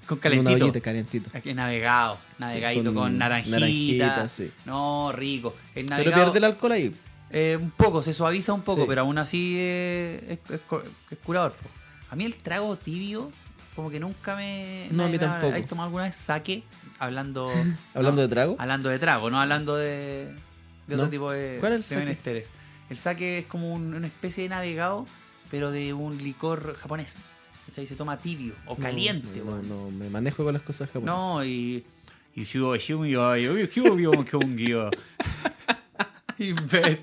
S1: Con
S2: en una
S1: calentito.
S2: ollita, calentito.
S1: Aquí navegado, navegadito
S2: con
S1: con, naranjita.
S2: naranjita, sí.
S1: No, rico. El
S2: Pero
S1: navegado,
S2: pierde el alcohol ahí.
S1: eh, un poco, se suaviza un poco,
S2: Sí.
S1: pero aún así eh, es, es co- es curador. po. A mí el trago tibio, como que nunca me.
S2: No, a
S1: me-
S2: mí
S1: me-
S2: tampoco.
S1: ¿Has tomado alguna vez saque? Hablando.
S2: Hablando
S1: no,
S2: de trago.
S1: Hablando de trago, no hablando de. de
S2: No.
S1: otro tipo de,
S2: ¿Cuál es el
S1: de
S2: sake?
S1: menesteres. El saque es como un- una especie de navegado, pero de un licor japonés. ¿Cachai? Se toma tibio o
S2: No,
S1: caliente,
S2: no,
S1: weón.
S2: no, me manejo con las cosas japonesas.
S1: No, y. Y si hubo, si hubo, y hubo, si hubo, y hubo, que un guío. Imbécil.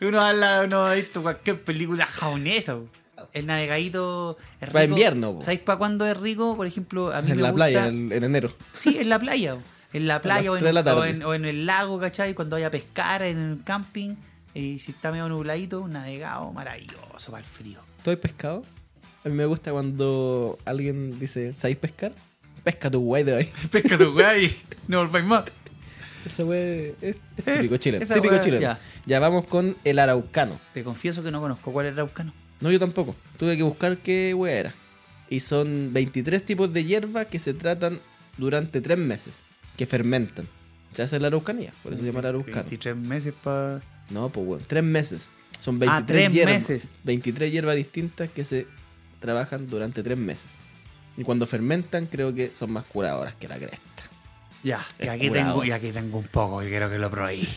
S1: Uno habla, uno ha visto cualquier película japonesa. po. El navegadito es rico.
S2: Pa' invierno, po.
S1: ¿Sabéis para cuándo es rico? Por ejemplo, a mí
S2: en
S1: me
S2: la
S1: gusta...
S2: playa, en, en enero.
S1: Sí, en la playa. po. En la
S2: las
S1: playa o en,
S2: tres de la tarde.
S1: o en- o en el lago, ¿cachai? Cuando vaya a pescar, en el camping. Y si está medio nubladito, un navegado maravilloso para el frío.
S2: ¿Todo es pescado? A mí me gusta cuando alguien dice, ¿sabéis pescar? Pesca tu wey de ahí.
S1: Pesca tu weá y no volváis más.
S2: Ese wey es, es
S1: Es-
S2: típico chileno.
S1: esa
S2: Típico
S1: wea,
S2: chileno. Ya.
S1: ya.
S2: vamos con el araucano.
S1: Te confieso que no conozco cuál es el araucano.
S2: No, yo tampoco. Tuve que buscar qué wey era. Y son 23 tipos de hierbas que se tratan durante 3 meses, que fermentan. Se hace la araucanía, por eso se llama el araucano.
S1: 23 meses para...
S2: No, pues bueno, 3 meses. Son 23
S1: Ah, tres
S2: hierbas,
S1: meses.
S2: 23 hierbas distintas que se trabajan durante 3 meses. Y cuando fermentan, creo que son más curadoras que la cresta.
S1: Ya, y
S2: Es
S1: aquí,
S2: curado.
S1: tengo, y aquí tengo un poco que quiero que lo probéis.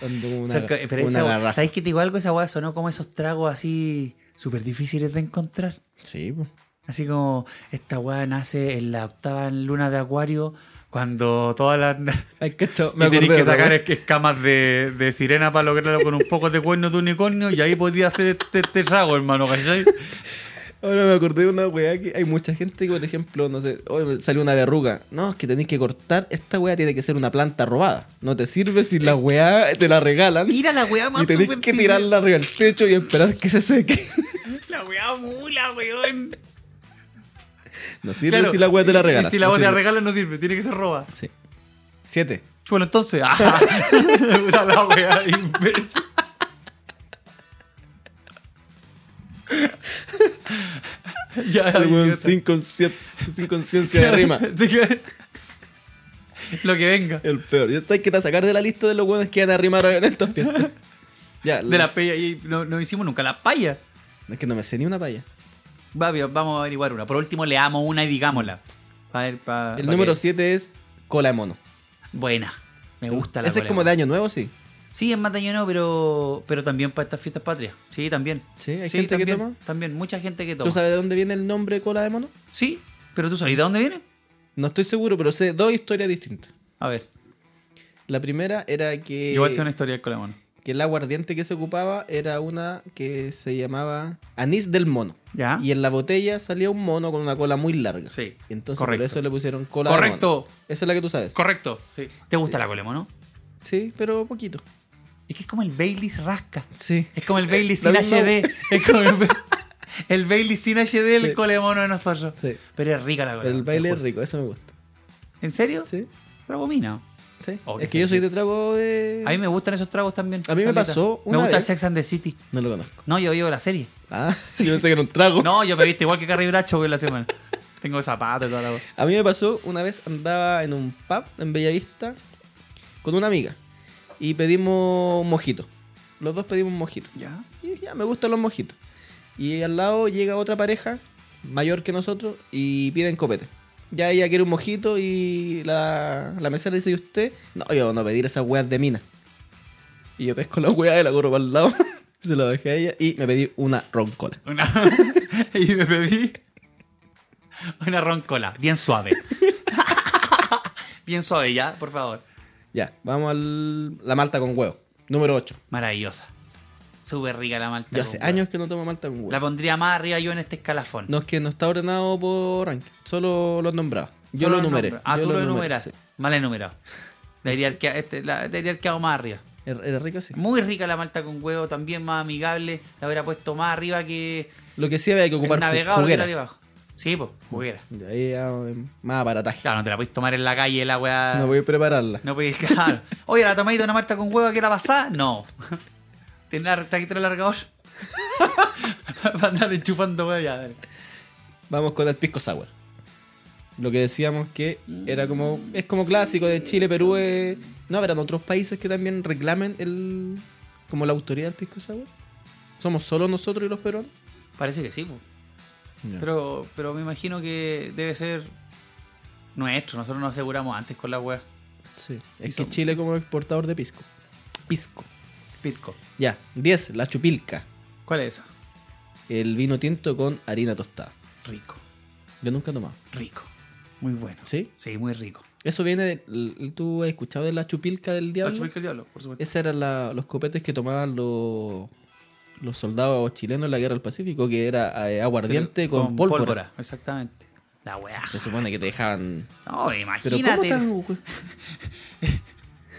S2: Dando una,
S1: Cerca- pero
S2: una
S1: esa-
S2: garrafa.
S1: ¿Sabes que te digo algo? Esa hueá sonó como esos tragos así súper difíciles de encontrar.
S2: Sí, pues. po.
S1: Así como esta hueá nace en la octava luna de Acuario cuando todas las...
S2: Ay, cacho,
S1: Y
S2: acordé
S1: tenéis
S2: de
S1: que
S2: otra
S1: sacar
S2: vez.
S1: es- escamas de, de sirena para lograrlo con un poco de cuerno de unicornio y ahí podías hacer este, este trago, hermano, ¿cachai?
S2: Ahora me acordé de una weá que hay mucha gente que, por ejemplo, no sé, hoy me salió una verruga. No, es que tenéis que cortar. Esta weá tiene que ser una planta robada. No te sirve si la weá te la regalan.
S1: Mira la hueá más
S2: Y tenés que
S1: superficial.
S2: tirarla arriba del techo y esperar que se seque.
S1: La hueá mula, weón.
S2: No sirve si la weá te la
S1: y- y
S2: regalan.
S1: Si la
S2: No
S1: hueá te la
S2: sirve.
S1: regalan no sirve, tiene que ser roba.
S2: Sí. Siete.
S1: Bueno, entonces. Ah, puta la wea, imbécil. ya,
S2: El weón
S1: idiota.
S2: sin, conciencia- sin conciencia de rima.
S1: Sí que- Lo que venga.
S2: El peor. Ya sabes que te vas a sacar de la lista de los weones que van a rimar en estas fiestas. Ya,
S1: De la
S2: las-
S1: paya. Y no, no hicimos nunca la paya.
S2: Es que no me sé ni una paya.
S1: Va, bien, vamos a averiguar una. Por último, leamos una y digámosla. A ver, pa-
S2: El
S1: Ah, pa
S2: número
S1: que-
S2: 7 es cola de mono.
S1: Buena. Me gusta la
S2: Ese es
S1: cola
S2: como
S1: mono.
S2: de año nuevo, sí.
S1: Sí, es más daño no, pero, pero también para estas fiestas patrias. Sí, también.
S2: Sí, hay gente que
S1: también,
S2: toma.
S1: También, mucha gente que toma.
S2: ¿Tú sabes de dónde viene el nombre cola de mono?
S1: Sí, pero tú sabes de dónde viene.
S2: No estoy seguro, pero sé dos historias distintas.
S1: A ver.
S2: La primera era que,
S1: Yo voy a hacer una historia con la mano.
S2: que el aguardiente que se ocupaba era una que se llamaba anís del mono.
S1: ¿Ya?
S2: Y en la botella salía un mono con una cola muy larga.
S1: ¿Ah? Sí.
S2: Y entonces
S1: Correcto.
S2: por eso le pusieron cola de mono.
S1: Correcto.
S2: Esa es la que tú sabes.
S1: Correcto. ¿Te gusta la colemo, no?
S2: sí, pero poquito.
S1: Es que es como el Baileys rasca.
S2: Sí.
S1: Es como el Baileys
S2: La
S1: sin
S2: misma-
S1: HD. Es como el, Ba- el Baileys sin HD, el
S2: Sí.
S1: colemono de nosotros.
S2: Sí.
S1: Pero es rica la
S2: Pero
S1: colemo.
S2: el
S1: te
S2: baile es
S1: juro.
S2: rico, eso me gusta.
S1: ¿En serio?
S2: Sí.
S1: Trago mina.
S2: Sí.
S1: Oh,
S2: es
S1: qué
S2: que yo soy
S1: sexy.
S2: de trago de.
S1: A mí me gustan esos tragos también.
S2: A mí me
S1: Caleta.
S2: pasó
S1: me
S2: una
S1: gusta el
S2: vez-
S1: Sex and the City.
S2: No lo conozco.
S1: No, yo vivo la serie.
S2: Ah, yo pensé que era un trago.
S1: No, yo me viste igual que Carrie Bracho hoy en la semana. Tengo zapatos y toda la
S2: A mí me pasó una vez andaba en un pub en Bellavista con una amiga y pedimos un mojito. Los dos pedimos un mojito.
S1: Ya.
S2: Y ya, me gustan los mojitos. Y al lado llega otra pareja, mayor que nosotros, y piden copete. Ya ella quiere un mojito y la, la mesera dice, ¿y usted? No, yo no pedir esas weas de mina. Y yo pesco la wea y la corro para el lado. Se la dejé a ella y me pedí una roncola.
S1: Una- y me pedí una roncola, bien suave. bien suave ya, por favor.
S2: Ya, vamos a la malta con huevo. Número 8.
S1: Maravillosa. Súper rica la malta.
S2: Yo
S1: con
S2: hace
S1: huevo.
S2: años que no tomo malta con huevo.
S1: La pondría más arriba yo en este escalafón.
S2: No es que no está ordenado por ranking, solo los nombrados. Yo
S1: Solo
S2: lo
S1: el nombre.
S2: numeré.
S1: Ah,
S2: yo
S1: tú lo
S2: numeré,
S1: enumeras.
S2: sí.
S1: Mal enumerado. Debería haber quedado- este, la- debería haber quedado más arriba.
S2: Era era rico, sí.
S1: Muy rica la malta con huevo, también más amigable. La hubiera puesto más arriba que
S2: Lo que sí había que ocupar
S1: el
S2: ju-
S1: navegador
S2: juguera.
S1: de abajo. Sí, pues, juguera.
S2: Y Ahí ya, eh, más aparataje.
S1: Claro, no te la puedes tomar en la calle la weá.
S2: No voy a prepararla.
S1: No podéis, claro. Oye, la tomadita de una Marta con huevo que era pasada. No. ¿Tenés la trajiste el alargador? Para andar enchufando huevo ya, dale.
S2: Vamos con el pisco sour. Lo que decíamos que era como. Es como clásico de Chile, Perú. eh, No habrán otros países que también reclamen el. Como la autoridad del pisco sour. Somos solo nosotros y los peruanos.
S1: Parece que sí, po. pero, pero me imagino que debe ser nuestro. Nosotros nos aseguramos antes con la hueá.
S2: Sí.
S1: Y
S2: Es que
S1: somos-
S2: Chile como exportador de pisco. Pisco.
S1: Pitco.
S2: Ya. 10. La chupilca.
S1: ¿Cuál es eso?
S2: El vino tinto con harina tostada.
S1: Rico,
S2: Yo nunca he tomado.
S1: rico. Muy bueno.
S2: ¿Sí?
S1: Sí, muy rico.
S2: Eso viene. de- l- ¿Tú has escuchado de la chupilca del diablo?
S1: La chupica del diablo, por supuesto.
S2: Esos eran la- los copetes que tomaban los, los soldados chilenos en la guerra del Pacífico, que era eh, aguardiente con, pólvora.
S1: Exactamente. La hueá.
S2: Se supone que te dejaban.
S1: No,
S2: Pero
S1: Ah. imagínate.
S2: ¿cómo tan- eh,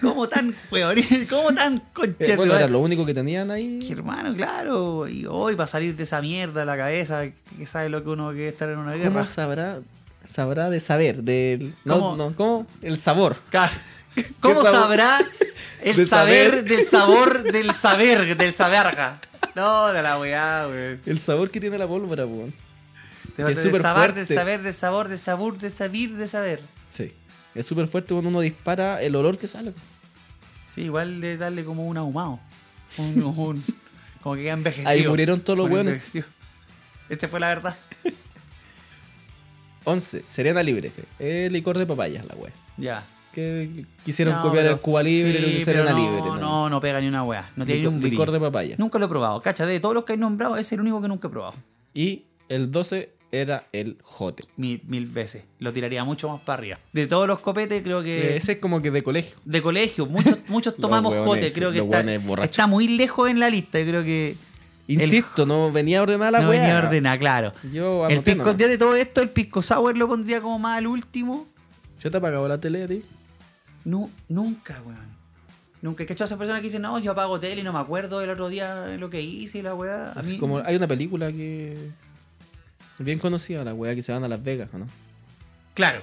S1: ¿Cómo tan, hueón? ¿Cómo tan
S2: Eh,
S1: concha
S2: bueno,
S1: su
S2: era
S1: madre?
S2: lo único que tenían ahí.
S1: Que, hermano, claro. Y hoy va a salir de esa mierda de la cabeza, que sabe lo que uno que es estar en una
S2: ¿Cómo
S1: guerra.
S2: sabrá? Sabrá de saber, del. No,
S1: ¿Cómo?
S2: no, ¿cómo? El sabor.
S1: Claro. ¿Cómo
S2: ¿Qué sabor?
S1: sabrá el
S2: De
S1: saber,
S2: saber.
S1: del sabor del saber, del saberga? No, de la weá, weón.
S2: El sabor que tiene la pólvora, weón.
S1: De-
S2: Que
S1: de
S2: es súper
S1: saber, de
S2: fuerte.
S1: saber, de sabor, de sabor, de saber, de saber.
S2: Sí. Es súper fuerte cuando uno dispara el olor que sale.
S1: Sí, igual de darle como un ahumado. Un, un- como que queda envejecido.
S2: Ahí murieron todos los
S1: Como
S2: hueones.
S1: envejecido. Esta fue la verdad.
S2: 11. Serena libre. El licor de papaya, la wea.
S1: Ya.
S2: Que quisieron
S1: No,
S2: copiar
S1: pero-
S2: el Cuba Libre
S1: sí,
S2: y el
S1: pero
S2: Serena
S1: no,
S2: Libre.
S1: No, no, pega ni una weá. No tiene ni
S2: licor,
S1: un brillo.
S2: licor de papaya.
S1: Nunca lo he probado. Cacha, de todos los que he nombrado, ese es el único que nunca he probado.
S2: Y el 12 era el jote.
S1: Mil, mil veces. Lo tiraría mucho más para arriba. De todos los copetes, creo que.
S2: Eh, Ese es como que de colegio.
S1: De colegio, muchos, muchos
S2: Los
S1: tomamos
S2: hueones,
S1: jote.
S2: sí,
S1: Creo que
S2: los
S1: está,
S2: hueones borrachos.
S1: está muy lejos en la lista. Yo creo que.
S2: Insisto, no venía ordenada la
S1: no
S2: wea.
S1: venía ordenada, claro.
S2: Yo
S1: el
S2: anoté
S1: pisco,
S2: nomás.
S1: ya de todo esto, el pisco sour lo pondría como más al último.
S2: Yo te apagaba la tele a ti.
S1: No, nunca, weón. Nunca. Que hecho esa persona que dice, no, yo apago tele y no me acuerdo del otro día lo que hice y la weá. A
S2: Es
S1: mí,
S2: como, hay una película que. Bien conocida, la wea que se van a Las Vegas, ¿o ¿no?
S1: Claro.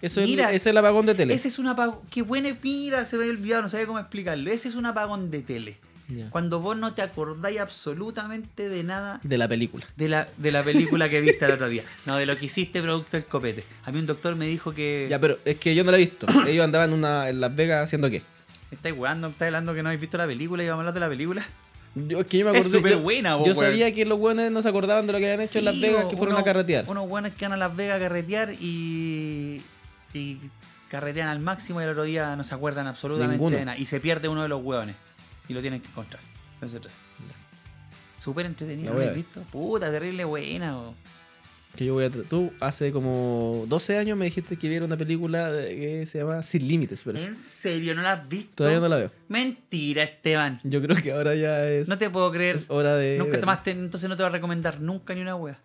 S2: Eso
S1: Mira,
S2: es, ese es el apagón de tele.
S1: Ese es un apagón. Qué buena mira, se me había olvidado, no sabía cómo explicarlo. Ese es un apagón de tele.
S2: Ya.
S1: Cuando vos no te acordáis absolutamente de nada
S2: De la película.
S1: de la, de la película que viste el otro día. No, de lo que hiciste producto del copete. A mí un doctor me dijo que.
S2: Ya, pero es que yo no la he visto. Ellos andaban en, una, en Las Vegas haciendo qué.
S1: Me estáis weando, me estáis hablando que no habéis visto la película y vamos a hablar de la película.
S2: Yo, es que yo me
S1: Es
S2: acordé.
S1: súper
S2: yo-
S1: buena, vos,
S2: Yo
S1: weón.
S2: sabía que los buenos no se acordaban de lo que habían hecho en Las
S1: Sí,
S2: Vegas,
S1: o
S2: que fueron
S1: unos-
S2: a carretear.
S1: Unos buenos que van a Las Vegas a carretear y. y carretean al máximo y el otro día no se acuerdan absolutamente
S2: Ninguno.
S1: de nada. Y se pierde uno de los hueones. Y lo tienen que encontrar. Entonces, Súper entretenido,
S2: La
S1: ¿no lo
S2: wea.
S1: has visto? Puta, terrible buena. bo.
S2: que yo voy a... tra- Tú hace como 12 años me dijiste que viera una película de- que se llama Sin Límites, pero
S1: ¿En serio? ¿No la has visto?
S2: todavía no la veo.
S1: Mentira, Esteban.
S2: Yo creo que ahora ya es,
S1: No te puedo creer.
S2: es hora de...
S1: Nunca
S2: verla.
S1: tomaste, entonces no te voy a recomendar nunca ni una wea.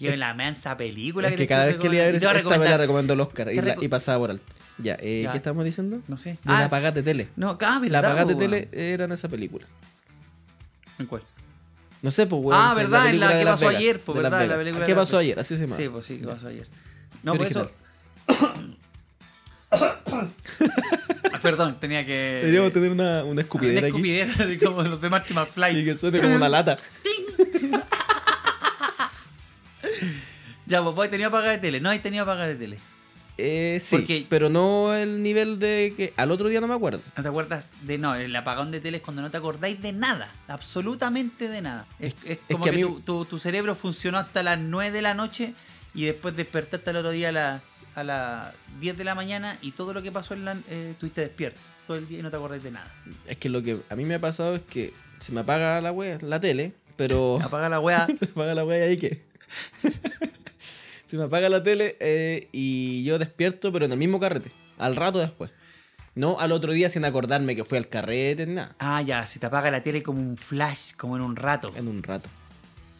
S1: Y en la mansa película
S2: Es
S1: te
S2: que cada vez
S1: estoy
S2: que le iba a ver
S1: recomendando. Y te voy a
S2: esta me la
S1: recomendar.
S2: recomendó el Oscar y,
S1: Te
S2: la-
S1: reco-
S2: y pasaba por alto. Ya, eh,
S1: Ya.
S2: ¿qué estábamos diciendo? De
S1: No sé.
S2: la
S1: Ah,
S2: Apagate Tele.
S1: no, ah,
S2: La
S1: verdad,
S2: Apagate
S1: po,
S2: Tele
S1: weón.
S2: era en esa película.
S1: ¿En cuál?
S2: No sé, pues, weón.
S1: Ah,
S2: es
S1: verdad, en la
S2: película
S1: que
S2: de Las
S1: pasó
S2: Vegas,
S1: ayer, pues,
S2: de Las
S1: verdad, en la
S2: Vegas.
S1: película
S2: ¿Qué
S1: de Las
S2: pasó
S1: Vegas.
S2: ayer? Así se llama.
S1: Sí, pues sí, que pasó ayer. No,
S2: Qué
S1: por eso. Ah, Perdón, tenía que.
S2: Deberíamos tener una, una
S1: eh, una
S2: escupidera aquí.
S1: escupidera, de como los de Marty McFly.
S2: Y que suene como una lata.
S1: Ya, pues, pues tenía apagada de tele. No, ahí tenía apagada de tele.
S2: Eh, sí,
S1: Porque-
S2: pero no el nivel de que... Al otro día no me acuerdo.
S1: ¿No te acuerdas de.? No, el apagón de tele es cuando no te acordáis de nada. Absolutamente de nada. Es, es como
S2: que a
S1: que,
S2: mí-
S1: tu, tu- tu cerebro funcionó hasta las 9 de la noche y después despertaste al otro día a las, a las 10 de la mañana y todo lo que pasó en la. Eh, tuviste despierto todo el día y no te acordáis de nada.
S2: Es que lo que a mí me ha pasado es que se me apaga la wea, la tele, pero...
S1: Apaga la weá.
S2: se me apaga la wea y ahí que... se me apaga la tele eh, y yo despierto, pero en el mismo carrete. Al rato después. No al otro día sin acordarme que fue al carrete ni nada.
S1: Ah, ya, se te apaga la tele como un flash, como en un rato.
S2: En un rato.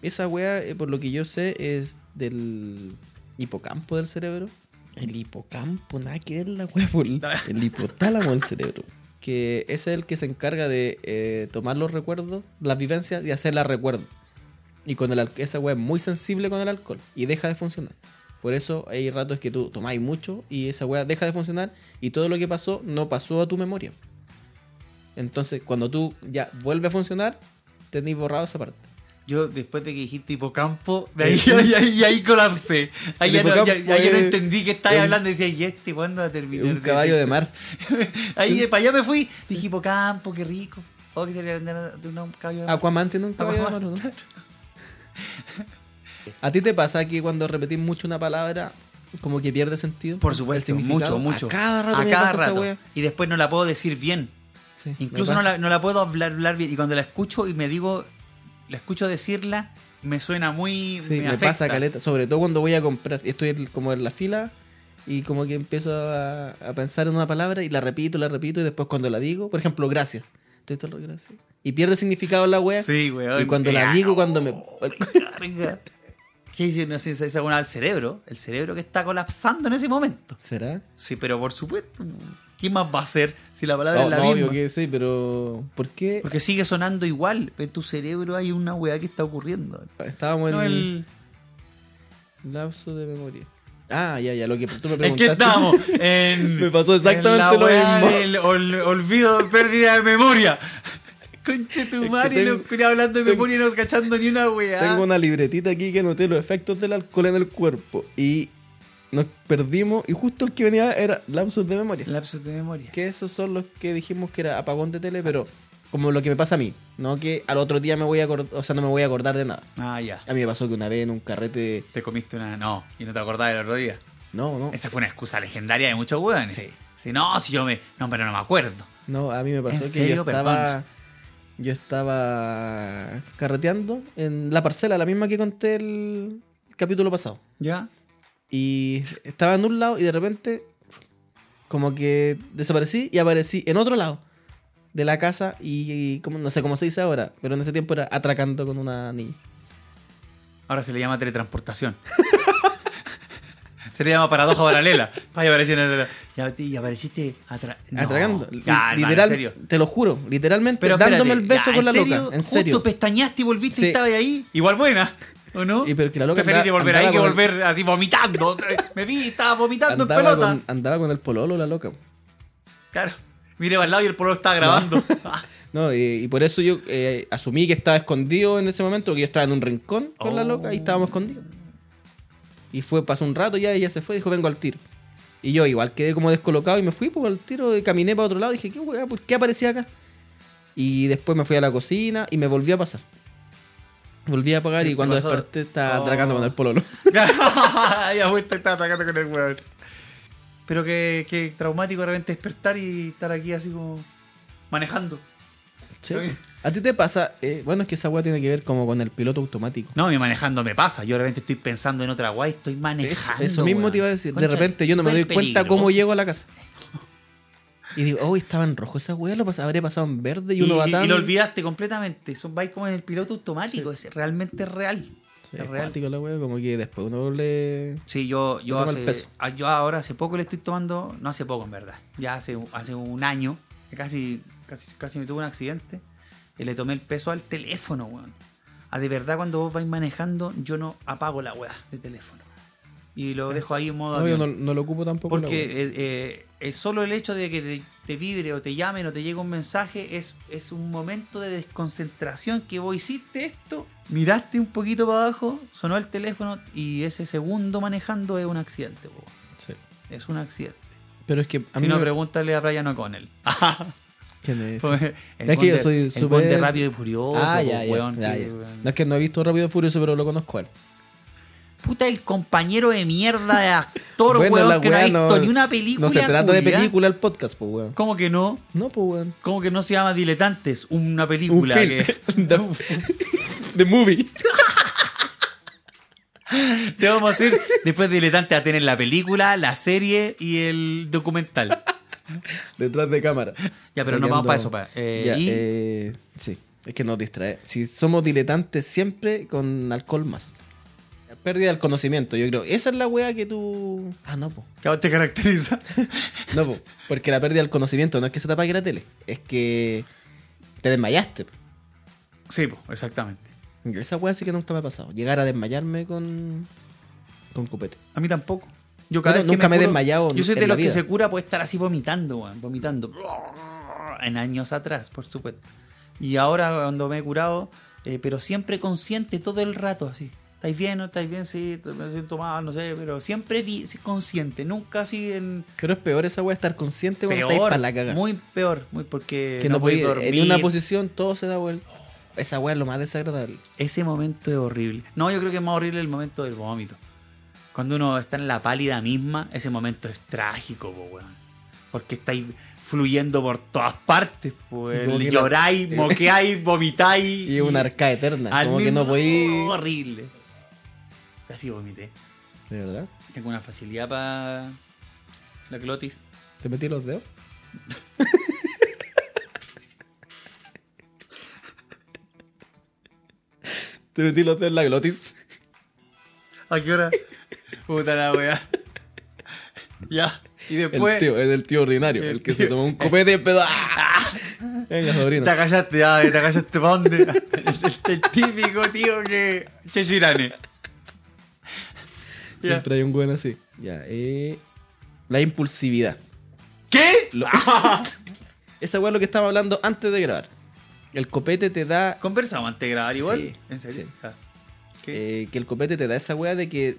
S2: Esa wea, eh, por lo que yo sé, es del hipocampo del cerebro. El hipocampo, nada que ver la wea por el hipotálamo del cerebro. Que es el que se encarga de eh, tomar los recuerdos, las vivencias y hacerlas recuerdo. Y con el al- esa wea es muy sensible con el alcohol y deja de funcionar. Por eso hay ratos que tú tomáis mucho y esa wea deja de funcionar y todo lo que pasó no pasó a tu memoria. Entonces, cuando tú ya vuelve a funcionar, tenéis borrado esa parte.
S1: Yo, después de que dijiste hipocampo, de ahí, ahí, ahí- ahí colapsé. Ahí
S2: El
S1: ya no, ya-
S2: hipocampo
S1: ya- ya no
S2: es-
S1: entendí que estabas
S2: es un-
S1: hablando. Decía, ¿y este cuándo va a terminar?
S2: Un caballo de mar.
S1: Ahí, para allá me fui. Dije, hipocampo, qué rico. Oh, que se le andara de una- un caballo de mar.
S2: Aquaman tiene un caballo
S1: Aquaman,
S2: de mar, ¿o ¿no? ¿A ti te pasa que cuando repetís mucho una palabra, como que pierde sentido?
S1: Por
S2: El
S1: supuesto,
S2: significado.
S1: mucho, mucho.
S2: A cada rato.
S1: A
S2: me
S1: cada
S2: pasa esa
S1: rato.
S2: wea.
S1: Y después no la puedo decir bien.
S2: Sí, me
S1: Incluso
S2: pasa.
S1: no la, no la puedo hablar, hablar bien. Y cuando la escucho y me digo, la escucho decirla, me suena muy.
S2: Sí, me,
S1: afecta.
S2: pasa caleta. Sobre todo cuando voy a comprar. Estoy en- como en la fila y como que empiezo a, a pensar en una palabra y la repito, la repito y después cuando la digo, por ejemplo, gracias. Estoy todo el rato, gracias. Y pierde significado la wea.
S1: Sí, weón.
S2: Y cuando la
S1: Ya,
S2: digo,
S1: no,
S2: cuando me-
S1: carga. ¿Qué dice? No sé si es alguna del cerebro. El cerebro que está colapsando en ese momento.
S2: ¿Será?
S1: Sí, pero por supuesto. ¿Qué más va a hacer si la palabra
S2: Oh,
S1: es la
S2: no,
S1: misma?
S2: obvio que sí, pero ¿por qué?
S1: Porque sigue sonando igual. En tu cerebro hay una weá que está ocurriendo.
S2: Estábamos en
S1: No, el...
S2: lapso de memoria. Ah, ya, ya, lo que tú me
S1: ¿En qué
S2: preguntaste.
S1: estábamos? En,
S2: Me pasó
S1: en
S2: exactamente
S1: la
S2: lo
S1: weá
S2: mismo.
S1: del ol- olvido, pérdida de memoria. Conche tu
S2: que
S1: madre,
S2: tengo-
S1: los culiados hablando de
S2: tengo-
S1: memoria y no cachando ni una weá.
S2: Tengo una libretita aquí que noté los efectos del alcohol en el cuerpo y nos perdimos y justo el que venía era lapsos de memoria.
S1: Lapsos de memoria.
S2: Que esos son los que dijimos que era apagón de tele, pero como lo que me pasa a mí, no que al otro día me voy a acordar, o sea, no me voy a acordar de nada.
S1: Ah, ya.
S2: A mí me pasó que una vez en un carrete,
S1: Te comiste una. No, y no te acordás del otro día.
S2: no, no,
S1: Esa fue una excusa legendaria de muchos hueones.
S2: Sí.
S1: no, si yo me. No, pero no me acuerdo.
S2: No, a mí me pasó que
S1: ¿En serio?
S2: yo estaba. Yo estaba carreteando en la parcela, la misma que conté el capítulo pasado.
S1: ¿Ya?
S2: Y estaba en un lado y de repente, como que desaparecí y aparecí en otro lado de la casa. Y, y como, no sé cómo se dice ahora, pero en ese tiempo era atracando con una niña.
S1: Ahora se le llama teletransportación. se le llama paradoja paralela. Vaya, apareció en el- Ya, y apareciste atra... no.
S2: Atracando.
S1: Ya, hermano,
S2: literal,
S1: en serio.
S2: te lo juro, literalmente
S1: Pero
S2: dándome
S1: espérate,
S2: el beso
S1: ya,
S2: con la
S1: ¿en serio?
S2: loca. En serio.
S1: Justo pestañaste y volviste y
S2: Sí.
S1: estaba ahí. Igual buena. ¿O no?
S2: Y pero que la loca
S1: Preferiría
S2: andaba-
S1: volver ahí
S2: andaba
S1: que
S2: con-
S1: volver así vomitando. me vi, estaba vomitando en
S2: Andaba
S1: pelota.
S2: con, andaba con el pololo la loca.
S1: Claro. Mire para el lado y el polo estaba grabando.
S2: No, y, y por eso yo eh, asumí que estaba escondido en ese momento, porque yo estaba en un rincón con la
S1: Oh.
S2: loca y estábamos escondidos. Y fue, pasó un rato ya, ella se fue, dijo, vengo al tiro. Y yo igual quedé como descolocado y me fui por el tiro, y caminé para otro lado, dije, ¿qué weá? ¿Por qué aparecí acá? Y después me fui a la cocina y me volví a pasar. Volví a apagar
S1: ¿Te-
S2: y
S1: te
S2: cuando
S1: pasó?
S2: desperté estaba
S1: Oh.
S2: atracando con el pololo.
S1: y a vuelta estaba atacando con el weón. Pero que, que traumático de repente despertar y estar aquí así como manejando.
S2: ¿Sí? ¿A ti te pasa? eh, bueno, es que esa weá tiene que ver como con el piloto automático.
S1: No, mi manejando me pasa. Yo de repente estoy pensando en otra guay, estoy manejando.
S2: Eso mismo
S1: weón.
S2: te iba a decir. De
S1: Concha,
S2: repente yo no me doy
S1: súper
S2: cuenta cómo
S1: peligroso.
S2: llego a la casa. Y digo, oh, estaba en rojo esa weá, lo pas habré pasado en verde y
S1: Y,
S2: uno va
S1: y
S2: tan...
S1: lo olvidaste completamente. Son vais como en el piloto automático. Es realmente real.
S2: Sí,
S1: es
S2: es
S1: real.
S2: cuático la weá, como que después uno le...
S1: Sí, yo, yo,
S2: Toma el
S1: hace,
S2: peso.
S1: ah, yo ahora hace poco le estoy tomando, no hace poco en verdad, ya hace, hace un año, que casi, casi, casi me tuve un accidente, y le tomé el peso al teléfono, weón. Ah, de verdad cuando vos vais manejando, yo no apago la weá de teléfono. Y lo dejo ahí en modo
S2: Eh, No, yo
S1: avión.
S2: no, no lo ocupo tampoco. la
S1: Porque
S2: weá.
S1: eh, eh, es solo el hecho de que te, te vibre o te llamen o te llegue un mensaje es, es un momento de desconcentración que vos hiciste esto, miraste un poquito para abajo, sonó el teléfono y ese segundo manejando es un accidente. po.
S2: Sí.
S1: Es un accidente.
S2: Pero es que a
S1: si
S2: mí
S1: no,
S2: me-
S1: pregúntale a Brian O'Connell.
S2: ¿Quién es?
S1: el
S2: Es que yo soy
S1: el
S2: súper-
S1: buen de rápido y furioso,
S2: Ah,
S1: po,
S2: ya, ya,
S1: pues, weón,
S2: ya,
S1: que-
S2: ya. No es que no he visto Rápido y Furioso, pero lo conozco a él.
S1: Puta, el compañero de mierda de actor, weón,
S2: la
S1: que no ha
S2: weá
S1: visto ni una película.
S2: No se trata de
S1: culiá.
S2: película el podcast, pues, weón.
S1: ¿Cómo que no?
S2: No, pues, weón.
S1: ¿Cómo que no se llama Diletantes? Una película
S2: film.
S1: que.
S2: The movie.
S1: Te vamos a hacer después de Diletantes a tener la película, la serie y el documental.
S2: Detrás de cámara.
S1: Ya, pero no vamos para eso. pa- eh,
S2: Ya,
S1: y
S2: eh, sí, es que nos distrae. Si somos diletantes siempre con alcohol más. La pérdida del conocimiento, yo creo. Esa es la wea que tú. Ah, no, po.
S1: ¿qué te caracteriza?
S2: No, po. Porque la pérdida del conocimiento no es que se te apague la tele, es que te desmayaste. po.
S1: Sí, po, exactamente.
S2: Esa wea sí que nunca me ha pasado. Llegar a desmayarme con. con copete.
S1: A mí tampoco. Yo cada
S2: Yo
S1: vez que
S2: nunca me he
S1: curo-
S2: desmayado
S1: Yo soy
S2: en
S1: de
S2: la
S1: los que
S2: vida.
S1: se cura puede estar así vomitando, weón, vomitando. En años atrás, por supuesto. Y ahora cuando me he curado, eh, pero siempre consciente todo el rato así. ¿Estáis bien? ¿No estáis bien? Sí, t- me siento mal, no sé, pero siempre vi- consciente, nunca así en
S2: Pero es peor esa wea estar consciente cuando estáis
S1: peor,
S2: para la caga.
S1: muy peor, muy porque
S2: que no,
S1: podéis
S2: podéis En una posición todo se da vuelta. Esa wea es lo más desagradable.
S1: Ese momento es horrible. No, yo creo que es más horrible el momento del vómito. Cuando uno está en la pálida misma, ese momento es trágico, po, weón. Porque estáis fluyendo por todas partes, po, weón.
S2: Como que la-
S1: Lloráis, moqueáis, vomitáis.
S2: Y es una arca eterna.
S1: al
S2: Como que
S1: mismo-
S2: no podéis.
S1: Horrible. Casi vomité.
S2: ¿De verdad?
S1: Tengo una facilidad para la glotis.
S2: ¿Te metí los dedos? ¿Te metí los dedos en la glotis?
S1: ¿A qué hora? Puta la weá. ya. Y después.
S2: el tío, es el tío ordinario,
S1: Pues, el
S2: el, que
S1: tío.
S2: se tomó un copete de pedo. ¡Ah! Venga,
S1: Te
S2: sobrino.
S1: callaste, ya, te callaste para dónde. El, el típico tío que. Che Girane. Ya.
S2: Siempre hay un buen así. Ya, eh. La impulsividad.
S1: ¿Qué?
S2: Esa weá es lo que estaba hablando antes de grabar. El copete te da
S1: Conversamos antes de grabar igual.
S2: Sí,
S1: ¿En serio?
S2: sí.
S1: Ah. ¿Qué?
S2: eh, que el copete te da esa weá de que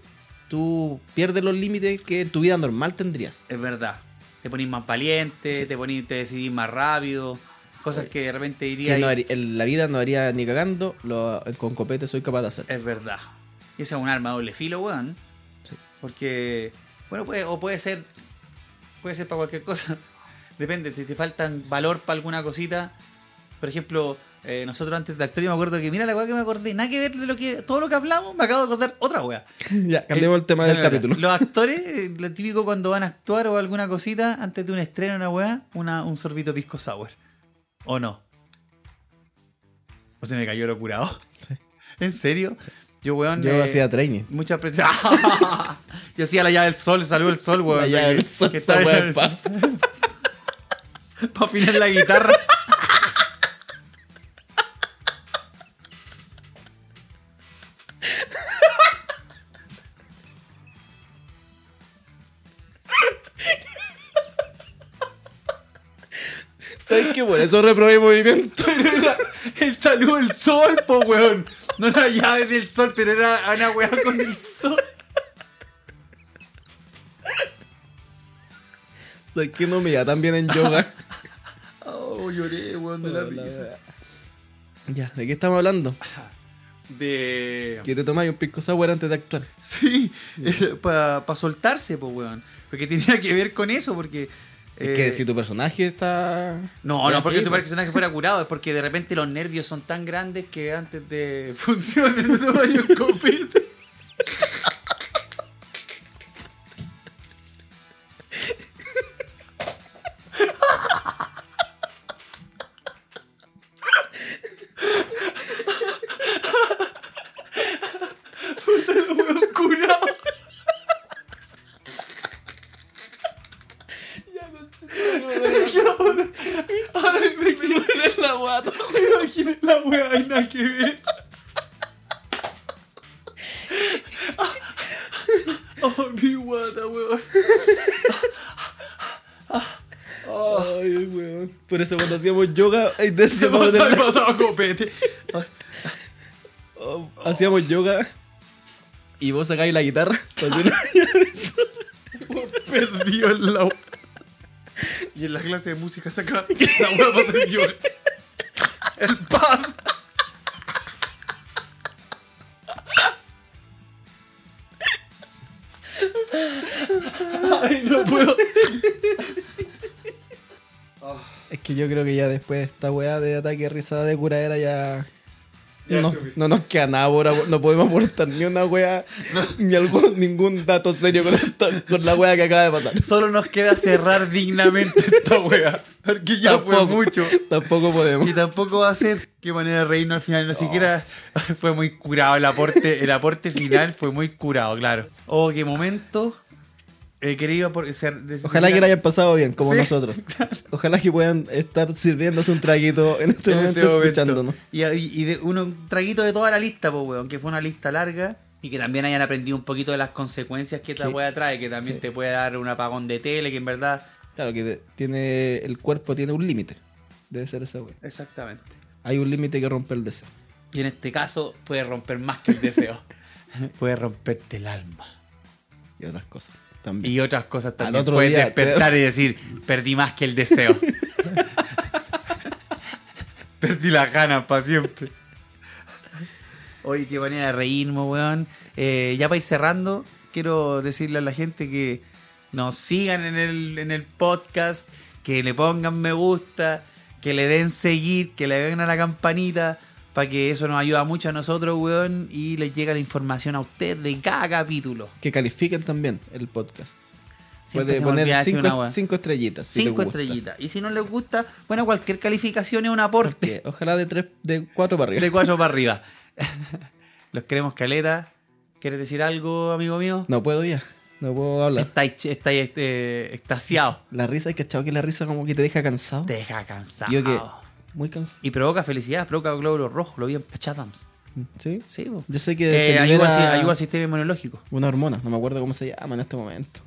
S2: tú pierdes los límites que en tu vida normal tendrías.
S1: Es verdad. Te ponís más valiente, te ponís, te decidís más rápido. Cosas que de repente diría.
S2: Que no
S1: ahí,
S2: haría- el- la vida no haría ni cagando, lo- con copete soy capaz de hacer.
S1: Es verdad. Y esa es un arma de doble filo, weón.
S2: Sí.
S1: Porque. Bueno, puede, o puede ser. Puede ser para cualquier cosa. Depende, si te faltan valor para alguna cosita. Por ejemplo, eh, nosotros antes de actor, yo me acuerdo que, mira la weá que me acordé, nada que ver de lo que. Todo lo que hablamos, me acabo de acordar otra weá.
S2: ya, cambiemos
S1: Eh,
S2: el tema
S1: dale,
S2: del
S1: dale.
S2: capítulo.
S1: Los actores, eh, lo típico cuando van a actuar o alguna cosita, antes de un estreno, una weá, una, un sorbito pisco sour. ¿O no? ¿O se me cayó lo curado? ¿En serio? Yo, weón.
S2: Yo
S1: eh,
S2: hacía training.
S1: Muchas veces. Yo hacía la llave del sol, salió el sol, weón.
S2: La llave del
S1: Que-
S2: sol,
S1: que
S2: esa
S1: está-
S2: weá es pa-
S1: pa' afinar la guitarra.
S2: ¿Sabes qué? Por eso reprobé movimiento.
S1: el saludo del sol, po, weón. No era llave del sol, pero era una weá con el sol.
S2: ¿Sabes qué? No me iba tan bien en yoga.
S1: Oh, lloré, weón, de la risa.
S2: ya, ¿de qué estamos hablando?
S1: De.
S2: Que te tomáis un pisco sour antes de actuar.
S1: Sí, para soltarse, pues, weón. Porque tenía que ver con eso, porque
S2: es que
S1: Eh,
S2: si tu personaje está.
S1: No,
S2: ya
S1: no porque
S2: sí,
S1: tu
S2: pues.
S1: personaje fuera curado, es porque de repente los nervios son tan grandes que antes de funcionar no tomas un copete. Puta, el hueón curado. Ahora me quiero en la guata. Me imagino la wea hay nada que ver. Oh, mi guata, weón.
S2: Ay, weón. Por eso cuando hacíamos yoga, ahí decíamos de-
S1: Me pasado copete.
S2: oh, hacíamos yoga. Y vos sacáis la guitarra. para hacer-
S1: Perdió el la Y en la clase de música saca la wea para hacer yoga. El pad. Ay, no puedo.
S2: Es que yo creo que ya después de esta weá de ataque risada de curadera ya.
S1: Ya
S2: no,
S1: subí.
S2: no nos queda nada por abo- no podemos aportar ni una weá, ni algún, ningún dato serio con, esta- con la weá que acaba de pasar.
S1: Solo nos queda cerrar dignamente esta wea. Porque ya fue mucho.
S2: Tampoco podemos.
S1: Y tampoco va a ser qué manera de reírnos al final. Ni siquiera fue muy curado el aporte. El aporte final fue muy curado, claro. Oh, qué momento. Eh, querido, por, ser- de-
S2: Ojalá
S1: decir-
S2: que la hayan pasado bien, como
S1: Sí,
S2: nosotros. Ojalá que puedan estar sirviéndose un traguito en este,
S1: en
S2: momento,
S1: este momento.
S2: escuchándonos.
S1: Y, y- y de uno, un traguito de toda la lista, pues, weón, que fue una lista larga. Y que también hayan aprendido un poquito de las consecuencias que esta
S2: Sí.
S1: wea trae, que también
S2: Sí.
S1: te puede dar un apagón de tele, que en verdad.
S2: Claro que tiene el cuerpo tiene un límite. Debe ser esa weá.
S1: Exactamente.
S2: Hay un límite que rompe el deseo.
S1: Y en este caso, puede romper más que el deseo. puede romperte el alma.
S2: Y otras cosas. También.
S1: Y otras cosas también.
S2: Al otro
S1: Puedes
S2: día te-
S1: despertar y decir, perdí más que el deseo. perdí las ganas para siempre. Oye, qué manera de reírme, weón. Eh, ya para ir cerrando, quiero decirle a la gente que nos sigan en el, en el podcast, que le pongan me gusta, que le den seguir, que le den a la campanita, para que eso nos ayuda mucho a nosotros, weón, y les llega la información a usted de cada capítulo.
S2: Que califiquen también el podcast.
S1: Siempre
S2: Puede
S1: se me olvida
S2: poner
S1: decir una
S2: cinco,
S1: weá.
S2: cinco estrellitas. si te
S1: Cinco
S2: gusta.
S1: estrellitas. Y si no les gusta, bueno, cualquier calificación es un aporte
S2: Porque Ojalá de tres, de cuatro para arriba.
S1: de cuatro para arriba. Los queremos caleta. ¿Quieres decir algo, amigo mío?
S2: No puedo ya. No puedo hablar.
S1: Estáis ch- estáis, este, extasiados.
S2: La risa, es que chavo que la risa como que te deja cansado.
S1: Te deja cansado.
S2: Yo que muy cansado.
S1: Y provoca felicidad, provoca glóbulos rojos. Lo vi en Patch Adams.
S2: ¿Sí?
S1: Sí, bo.
S2: Yo sé que
S1: Eh,
S2: se
S1: ayuda, al
S2: libera
S1: si- ayuda al sistema inmunológico.
S2: una hormona, no me acuerdo cómo se llama en este momento.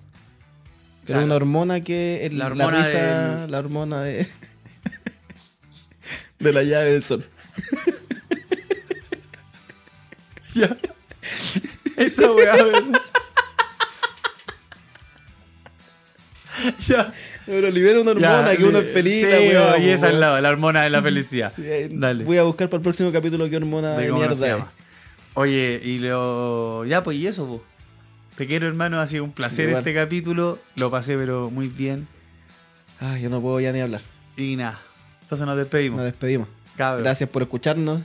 S2: Pero
S1: Claro.
S2: una hormona que el-
S1: La
S2: la,
S1: hormona
S2: risa-
S1: del-
S2: la hormona de de la llave del sol.
S1: Ya. Esa weá, ¿verdad? Ya.
S2: Pero libera una
S1: Ya,
S2: hormona que
S1: le-
S2: uno es feliz,
S1: sí,
S2: la weá,
S1: Y esa es
S2: weón.
S1: la, la hormona de la felicidad.
S2: Sí, ahí-
S1: Dale.
S2: Voy a buscar para el próximo capítulo qué hormona
S1: de
S2: de
S1: cómo no
S2: mierda
S1: se llama. Oye, y lo. Ya, pues, y eso, po. Te quiero, hermano. Ha sido un placer
S2: Igual.
S1: este capítulo. Lo pasé, pero muy bien.
S2: es. Ah, yo no puedo ya ni hablar.
S1: Y nada. Entonces nos despedimos.
S2: Nos despedimos.
S1: Cabros.
S2: Gracias por escucharnos.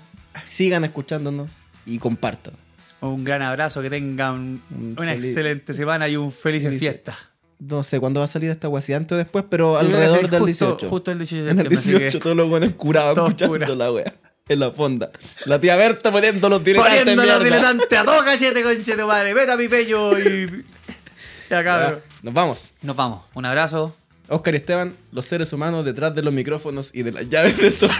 S2: Sigan escuchándonos y compartan.
S1: Un gran abrazo. Que tengan
S2: Un
S1: una
S2: feliz-
S1: excelente semana y un feliz
S2: Feliz-
S1: fiesta.
S2: No sé cuándo va a salir esta weá, si antes o después, pero
S1: Yo creo que
S2: alrededor
S1: sí,
S2: del
S1: Eh, justo-
S2: 18.
S1: Justo el 18 de
S2: en el
S1: septiembre. así que-
S2: 18 todos los buenos curados
S1: Todos
S2: escuchando
S1: curados.
S2: la weá. En la fonda. La tía Berta poniendo los diletantes en
S1: Poniendo los
S2: mierda.
S1: diletantes a todo cachete, conche tu madre. Vete a mi pello y. Ya, cabrón.
S2: Ya, Nos vamos.
S1: Nos vamos. Un abrazo.
S2: Oscar y Esteban, los seres humanos detrás de los micrófonos y de las llaves de sol.